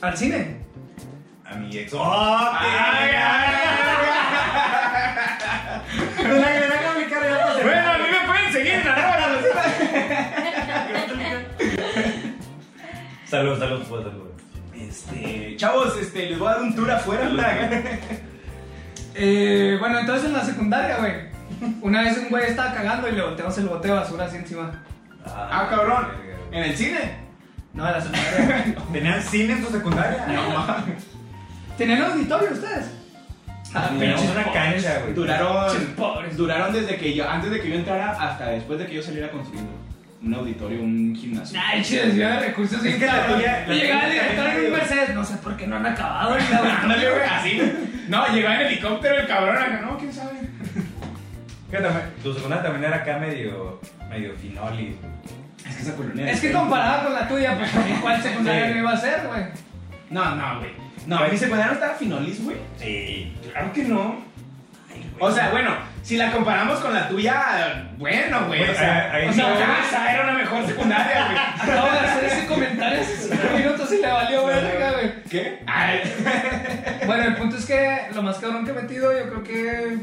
D: Al cine.
E: A mi ex. ¡Oh,
B: Ay,
E: La que le da con mi cara ya pasé.
B: Bueno, a mí me pueden seguir en arroba
E: Salud, salud, pues, salud.
B: Este, chavos, este, les voy a dar un tour afuera. para-
D: Eh, bueno, entonces en la secundaria, güey. Una vez un güey estaba cagando y le volteamos el bote de basura así encima.
B: Ah, cabrón. En el cine.
D: No, en la secundaria.
E: ¿Tenían cine en tu secundaria?
D: ¿Tenían auditorio ustedes? Ah,
E: Teníamos
D: pinches
E: una
D: pobres.
E: cancha, güey.
B: Duraron.
D: Pinches pobres.
B: Duraron desde que yo, antes de que yo entrara hasta después de que yo saliera construyendo.
C: un auditorio, un gimnasio.
D: Ay, chido, desviaba recursos.
E: Es
D: bien
E: que la
D: cabrón.
E: tenía- la
D: Y llegaba el
E: tenía
D: director en un
E: caída,
D: Mercedes. No sé por qué no han acabado. y la verdad.
C: Ándale, güey, así. No, llegaba en helicóptero el cabrón acá, no, quién sabe.
E: Que también- Tu secundaria también era acá medio, medio finoli.
C: Es que esa colonia.
D: Es que comparada con la tuya, pues también cuál secundaria
E: Sí.
D: no iba a ser, güey.
C: No, no, güey. No, mi secundaria no estaba finolis, güey.
E: Sí.
C: Claro que no. O sea, bueno, si la comparamos con la tuya, bueno, güey. O sea,
E: Ahí- ahí
C: o sea,
E: sí.
C: ah, esa era una mejor secundaria, güey.
D: Acabo de hacer ese comentario hace 5 minutos y le valió verga, güey.
C: ¿Qué? Ay,
D: Bueno, el punto es que lo más cabrón que he metido, yo creo que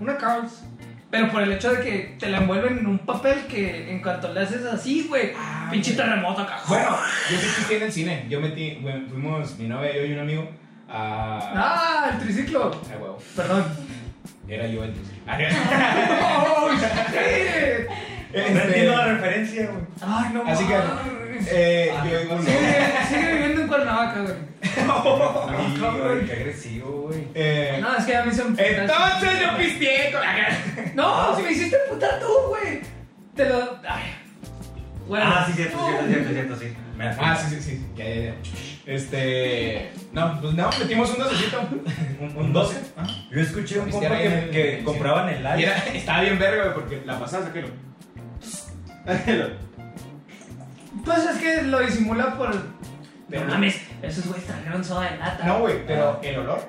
D: una Carls. Pero por el hecho de que te la envuelven en un papel que en cuanto le haces así, güey,
C: Ah,
D: pinche
C: güey.
D: terremoto acá.
C: bueno, yo metí que en el cine. Yo metí, bueno, fuimos mi novia, yo y un amigo a.
D: Ah, el triciclo.
C: a huevo.
D: Perdón.
C: Era Ah, yo el tuyo.
D: ¡Oh, shit!
C: Este,
E: No entiendo la referencia, güey.
D: Ay, no
C: Así que,
D: mames.
C: Eh, yo digo, no.
D: Sigue, sigue viviendo en Cuernavaca, güey.
E: Ay,
C: cabrón.
E: güey, Qué agresivo, güey.
C: Eh,
D: Ah, No, es que a mí se me.
C: entonces ah, yo pisteé con
D: No, si me hiciste puta tú, güey. Te lo. Ay. Bueno.
E: Ah, sí, cierto, cierto, cierto, cierto, sí. Me
C: Ah, sí, sí, sí. Ya, ya, ya. Este. No, pues no, metimos un docecito. Un, un doce. ajá.
E: Yo escuché un
C: Viste
E: compa
C: ahí en
E: que,
C: el-
E: que
C: en el
E: compraban el
C: Y
E: live.
C: era, estaba bien verga, güey, porque la pasada saquélo.
D: Pues es que lo disimula por.
C: Pero-
D: no mames, esos güeyes trajeron soda de lata.
C: No, güey, pero el olor.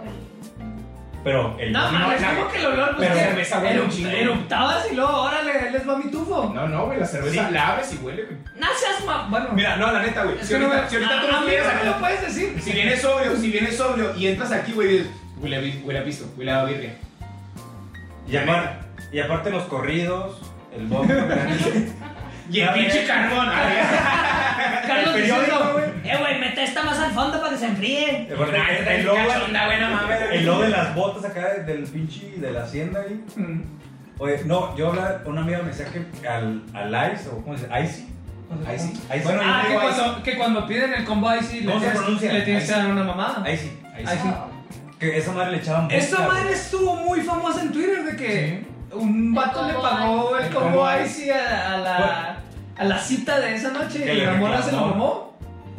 E: Pero el.
D: No,
C: No,
D: mames,
C: la-
D: ¿cómo que el olor? Pues
C: pero
D: que
C: cerveza huele
D: erup-
C: un chingo.
D: Eruptabas y luego, órale, ahí les va mi tufo.
C: No, no, güey, la cerveza
E: Sí.
C: la abres y huele, güey.
D: No seas ma- Bueno,
C: Mira, no, la neta, güey.
D: es
C: Si
D: que no
C: ahorita,
D: me-
C: si ahorita
D: a-
C: tú
D: a
C: no
D: mí
C: quieres
D: no me lo
C: sacarlo.
D: puedes decir.
C: Si vienes sobrio, si vienes sobrio y entras aquí, güey, dices, huele a, bis- huele a pisto, huele a birria.
E: Y aparte, y aparte los corridos, el bombo. el
C: Y el
E: Ya
C: pinche
E: ves.
C: carbón, ah,
D: Carlos
E: periódico,
D: diciendo,
E: güey.
D: eh, güey, mete esta más al fondo para que se enfríe.
E: porque
C: Nah,
E: el-
C: está
E: el
C: bien
E: logo-
C: cachonda, güey, no mames.
E: El logo de las botas acá del pinche de la hacienda ahí.
D: Mm.
E: Oye, no, yo hablaba, una amiga me decía que al, al Ice, o ¿cómo se dice? Icy. ¿Cómo se-
C: Icy.
E: Icy.
C: Bueno,
E: Bueno,
D: Ah,
C: yo
D: que
C: digo ahí
D: cuando, que cuando piden el combo ahí sí le
E: ¿Cómo se
D: tienes-
E: pronuncia?
D: le tienes que
E: Ahí sí.
D: dar una mamada.
E: Icy. Icy.
D: Ahí sí.
E: Que esa madre le echaban botas.
D: Esa madre estuvo muy famosa en Twitter de que un vato le
F: combo
D: pagó el
C: El
D: combo
C: combo
D: Icy a, a la, a la cita de esa noche
E: Que
D: y
E: le
D: la morra se lo
E: reclamó.
D: mamó.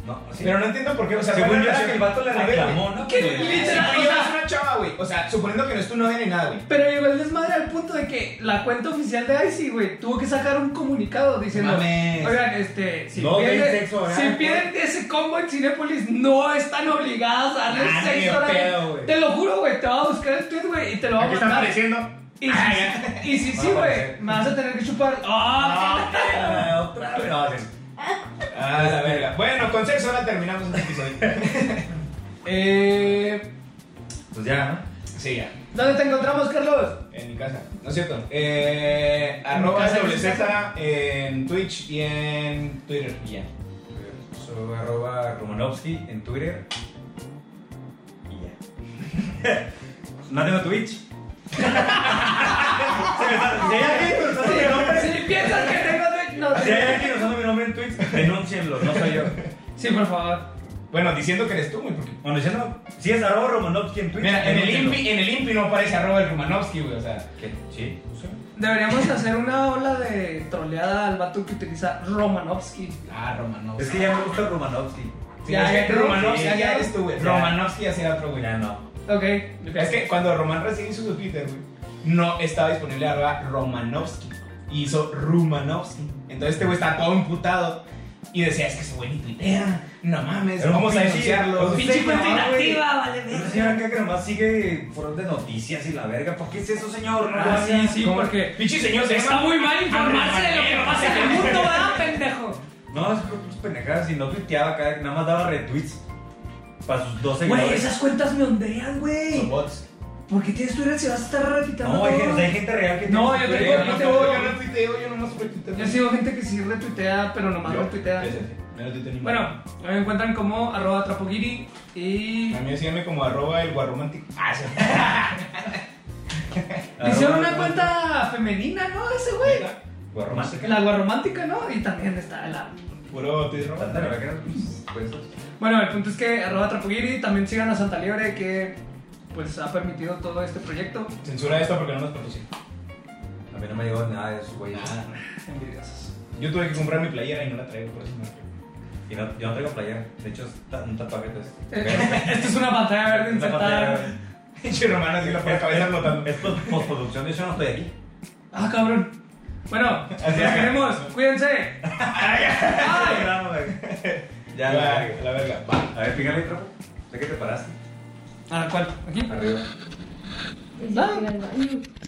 E: No, sí.
C: Pero no entiendo por qué, o sea,
E: Según
C: bueno,
E: yo,
C: era
E: sí,
C: que el vato le
E: reclamó, ¿no?
D: Que
E: Sí.
D: literal, o
C: yo
D: sea,
C: es una chava, güey. O sea, suponiendo que no es tu novia ni nada, güey.
D: pero llegó el desmadre al punto de que la cuenta oficial de Icy, güey, tuvo que sacar un comunicado diciendo:
C: Mames.
D: Oigan, este, si,
E: No den
D: piden,
E: sexo oral,
D: si
E: por-
D: piden ese combo en Cinépolis, no están obligadas a darle
C: Ah, ni
D: sexo
C: de
D: oral.
C: pedo, güey.
D: Te lo juro, güey, te va a buscar el tweet, güey, y te lo va a
C: Aquí está
D: mandar.
C: apareciendo.
D: Y si, y si sí, güey, me vas a tener que chupar. ¡Ah!
E: Ah, que la otra vez. No, sí.
C: Ah, la verga. Bueno, con sexo ahora terminamos este episodio.
D: Eh,
E: Pues ya, ¿no?
C: sí, ya.
D: ¿Dónde te encontramos, Carlos?
C: En mi casa. No es cierto. Eh, arroba
D: casa, en
C: doble
D: mi
C: Z en Twitch y en Twitter. Y ya.
E: Soy arroba Romanovsky en Twitter. Y ya. no tengo Twitch. Si hay alguien usando mi nombre-
D: Si piensas que tengo Twitch, no
E: si hay
D: sé.
E: alguien usando mi nombre en Twitch, denúncienlo, no soy yo.
D: Sí, por favor.
C: Bueno, diciendo que eres tú, güey. porque-
E: Bueno, diciendo, si es arroba Romanovsky en Twitch.
C: Mira, en el,
E: denúncienlo.
C: Impi, en el Impi no aparece arroba el Romanovsky, güey. O sea,
E: ¿Qué? Sí, sí.
D: Deberíamos hacer una ola de troleada al vato que utiliza Romanovsky.
C: ah, Romanovsky.
E: Es que ya me gusta Romanovsky.
C: Sí,
D: Ya,
C: es que
D: ya,
C: Romanovsky
D: ya,
C: ya,
D: ya.
C: eres tú, güey.
E: Ya.
C: Romanovsky ya será otro, güey.
E: Ya no.
D: Ok.
C: Es que cuando Román recién hizo su Twitter, güey, no estaba disponible arroba Romanovsky. Y hizo Rumanovsky. Entonces este güey estaba todo imputado. Y decía, es que ese güey ni tuitea. No mames,
E: Era un
C: vamos a
E: pinche-
C: denunciarlo.
E: un pinche cuenta inactiva,
D: vale,
E: Esa señora acá que nomás sigue foros de noticias y la verga. ¿Por qué es eso, señor?
D: Ah, sí, sí,
C: ¿Cómo?
D: porque
C: Pinche señor se
D: está
C: llama.
D: muy mal informarse de lo que pasa en el mundo, ¿verdad, pendejo?
E: No, es que pues, pendejadas. Si no tuiteaba acá, nada más daba retweets para sus 12
D: Güey, esas cuentas me ondean,
C: Son
D: güey.
C: bots.
D: ¿Por qué tienes Twitter si vas a estar repitando
E: No, hay,
D: todo?
E: gente- o sea, hay gente real que
D: No,
E: tiene
D: yo
E: su
D: tengo-
E: Twitter,
D: yo
E: ¿no?
D: tengo-
C: no tuiteo, yo nomás soy tuiteo.
D: Yo sigo gente que sí retuitea, pero nomás
C: Yo,
D: retuitea.
C: yo sí, sí, no lo tuiteo ni
D: Bueno,
C: mal.
D: a mí me encuentran como arroba trapoguiri y...
C: A mí síganme como arroba el guarromántico. Ah, sí.
E: Arroba-
D: Hicieron una cuenta femenina, ¿no? Ese güey.
E: Güey, romántica.
D: La guarromántica, ¿no? Y también está la...
C: Puro Twitter
E: Tanta
C: romántico.
E: verga, pues, pues, eso.
D: Bueno, el punto es que arroba trapoguiri, también sigan a Santa Liebre que pues ha permitido todo este proyecto.
C: Censura esto porque no nos patrocina.
E: A mí no me llegó nada de eso, güey.
D: Envidiosos.
E: Yo tuve que comprar mi playera y no la traigo, por eso me- Y no, yo no traigo playera. De hecho, es ta- un tatuaje. entonces.
D: Esto es una pantalla verde
E: Una pantalla
D: insertada.
E: verde.
C: Pinche romano así la
E: Es-
C: pone cabeza
E: es-
C: flotando.
E: Es post- postproducción, de hecho no estoy aquí.
D: Ah, cabrón. Bueno, nos queremos. Cuídense.
E: Ay, no, güey. Ya, la verga.
C: la verga. Va.
E: A ver, fíjate, trapo. ¿De qué te paraste?
D: ¿A Ah, cuál? ¿Aquí?
E: Arriba.
F: Pues yo fui al baño.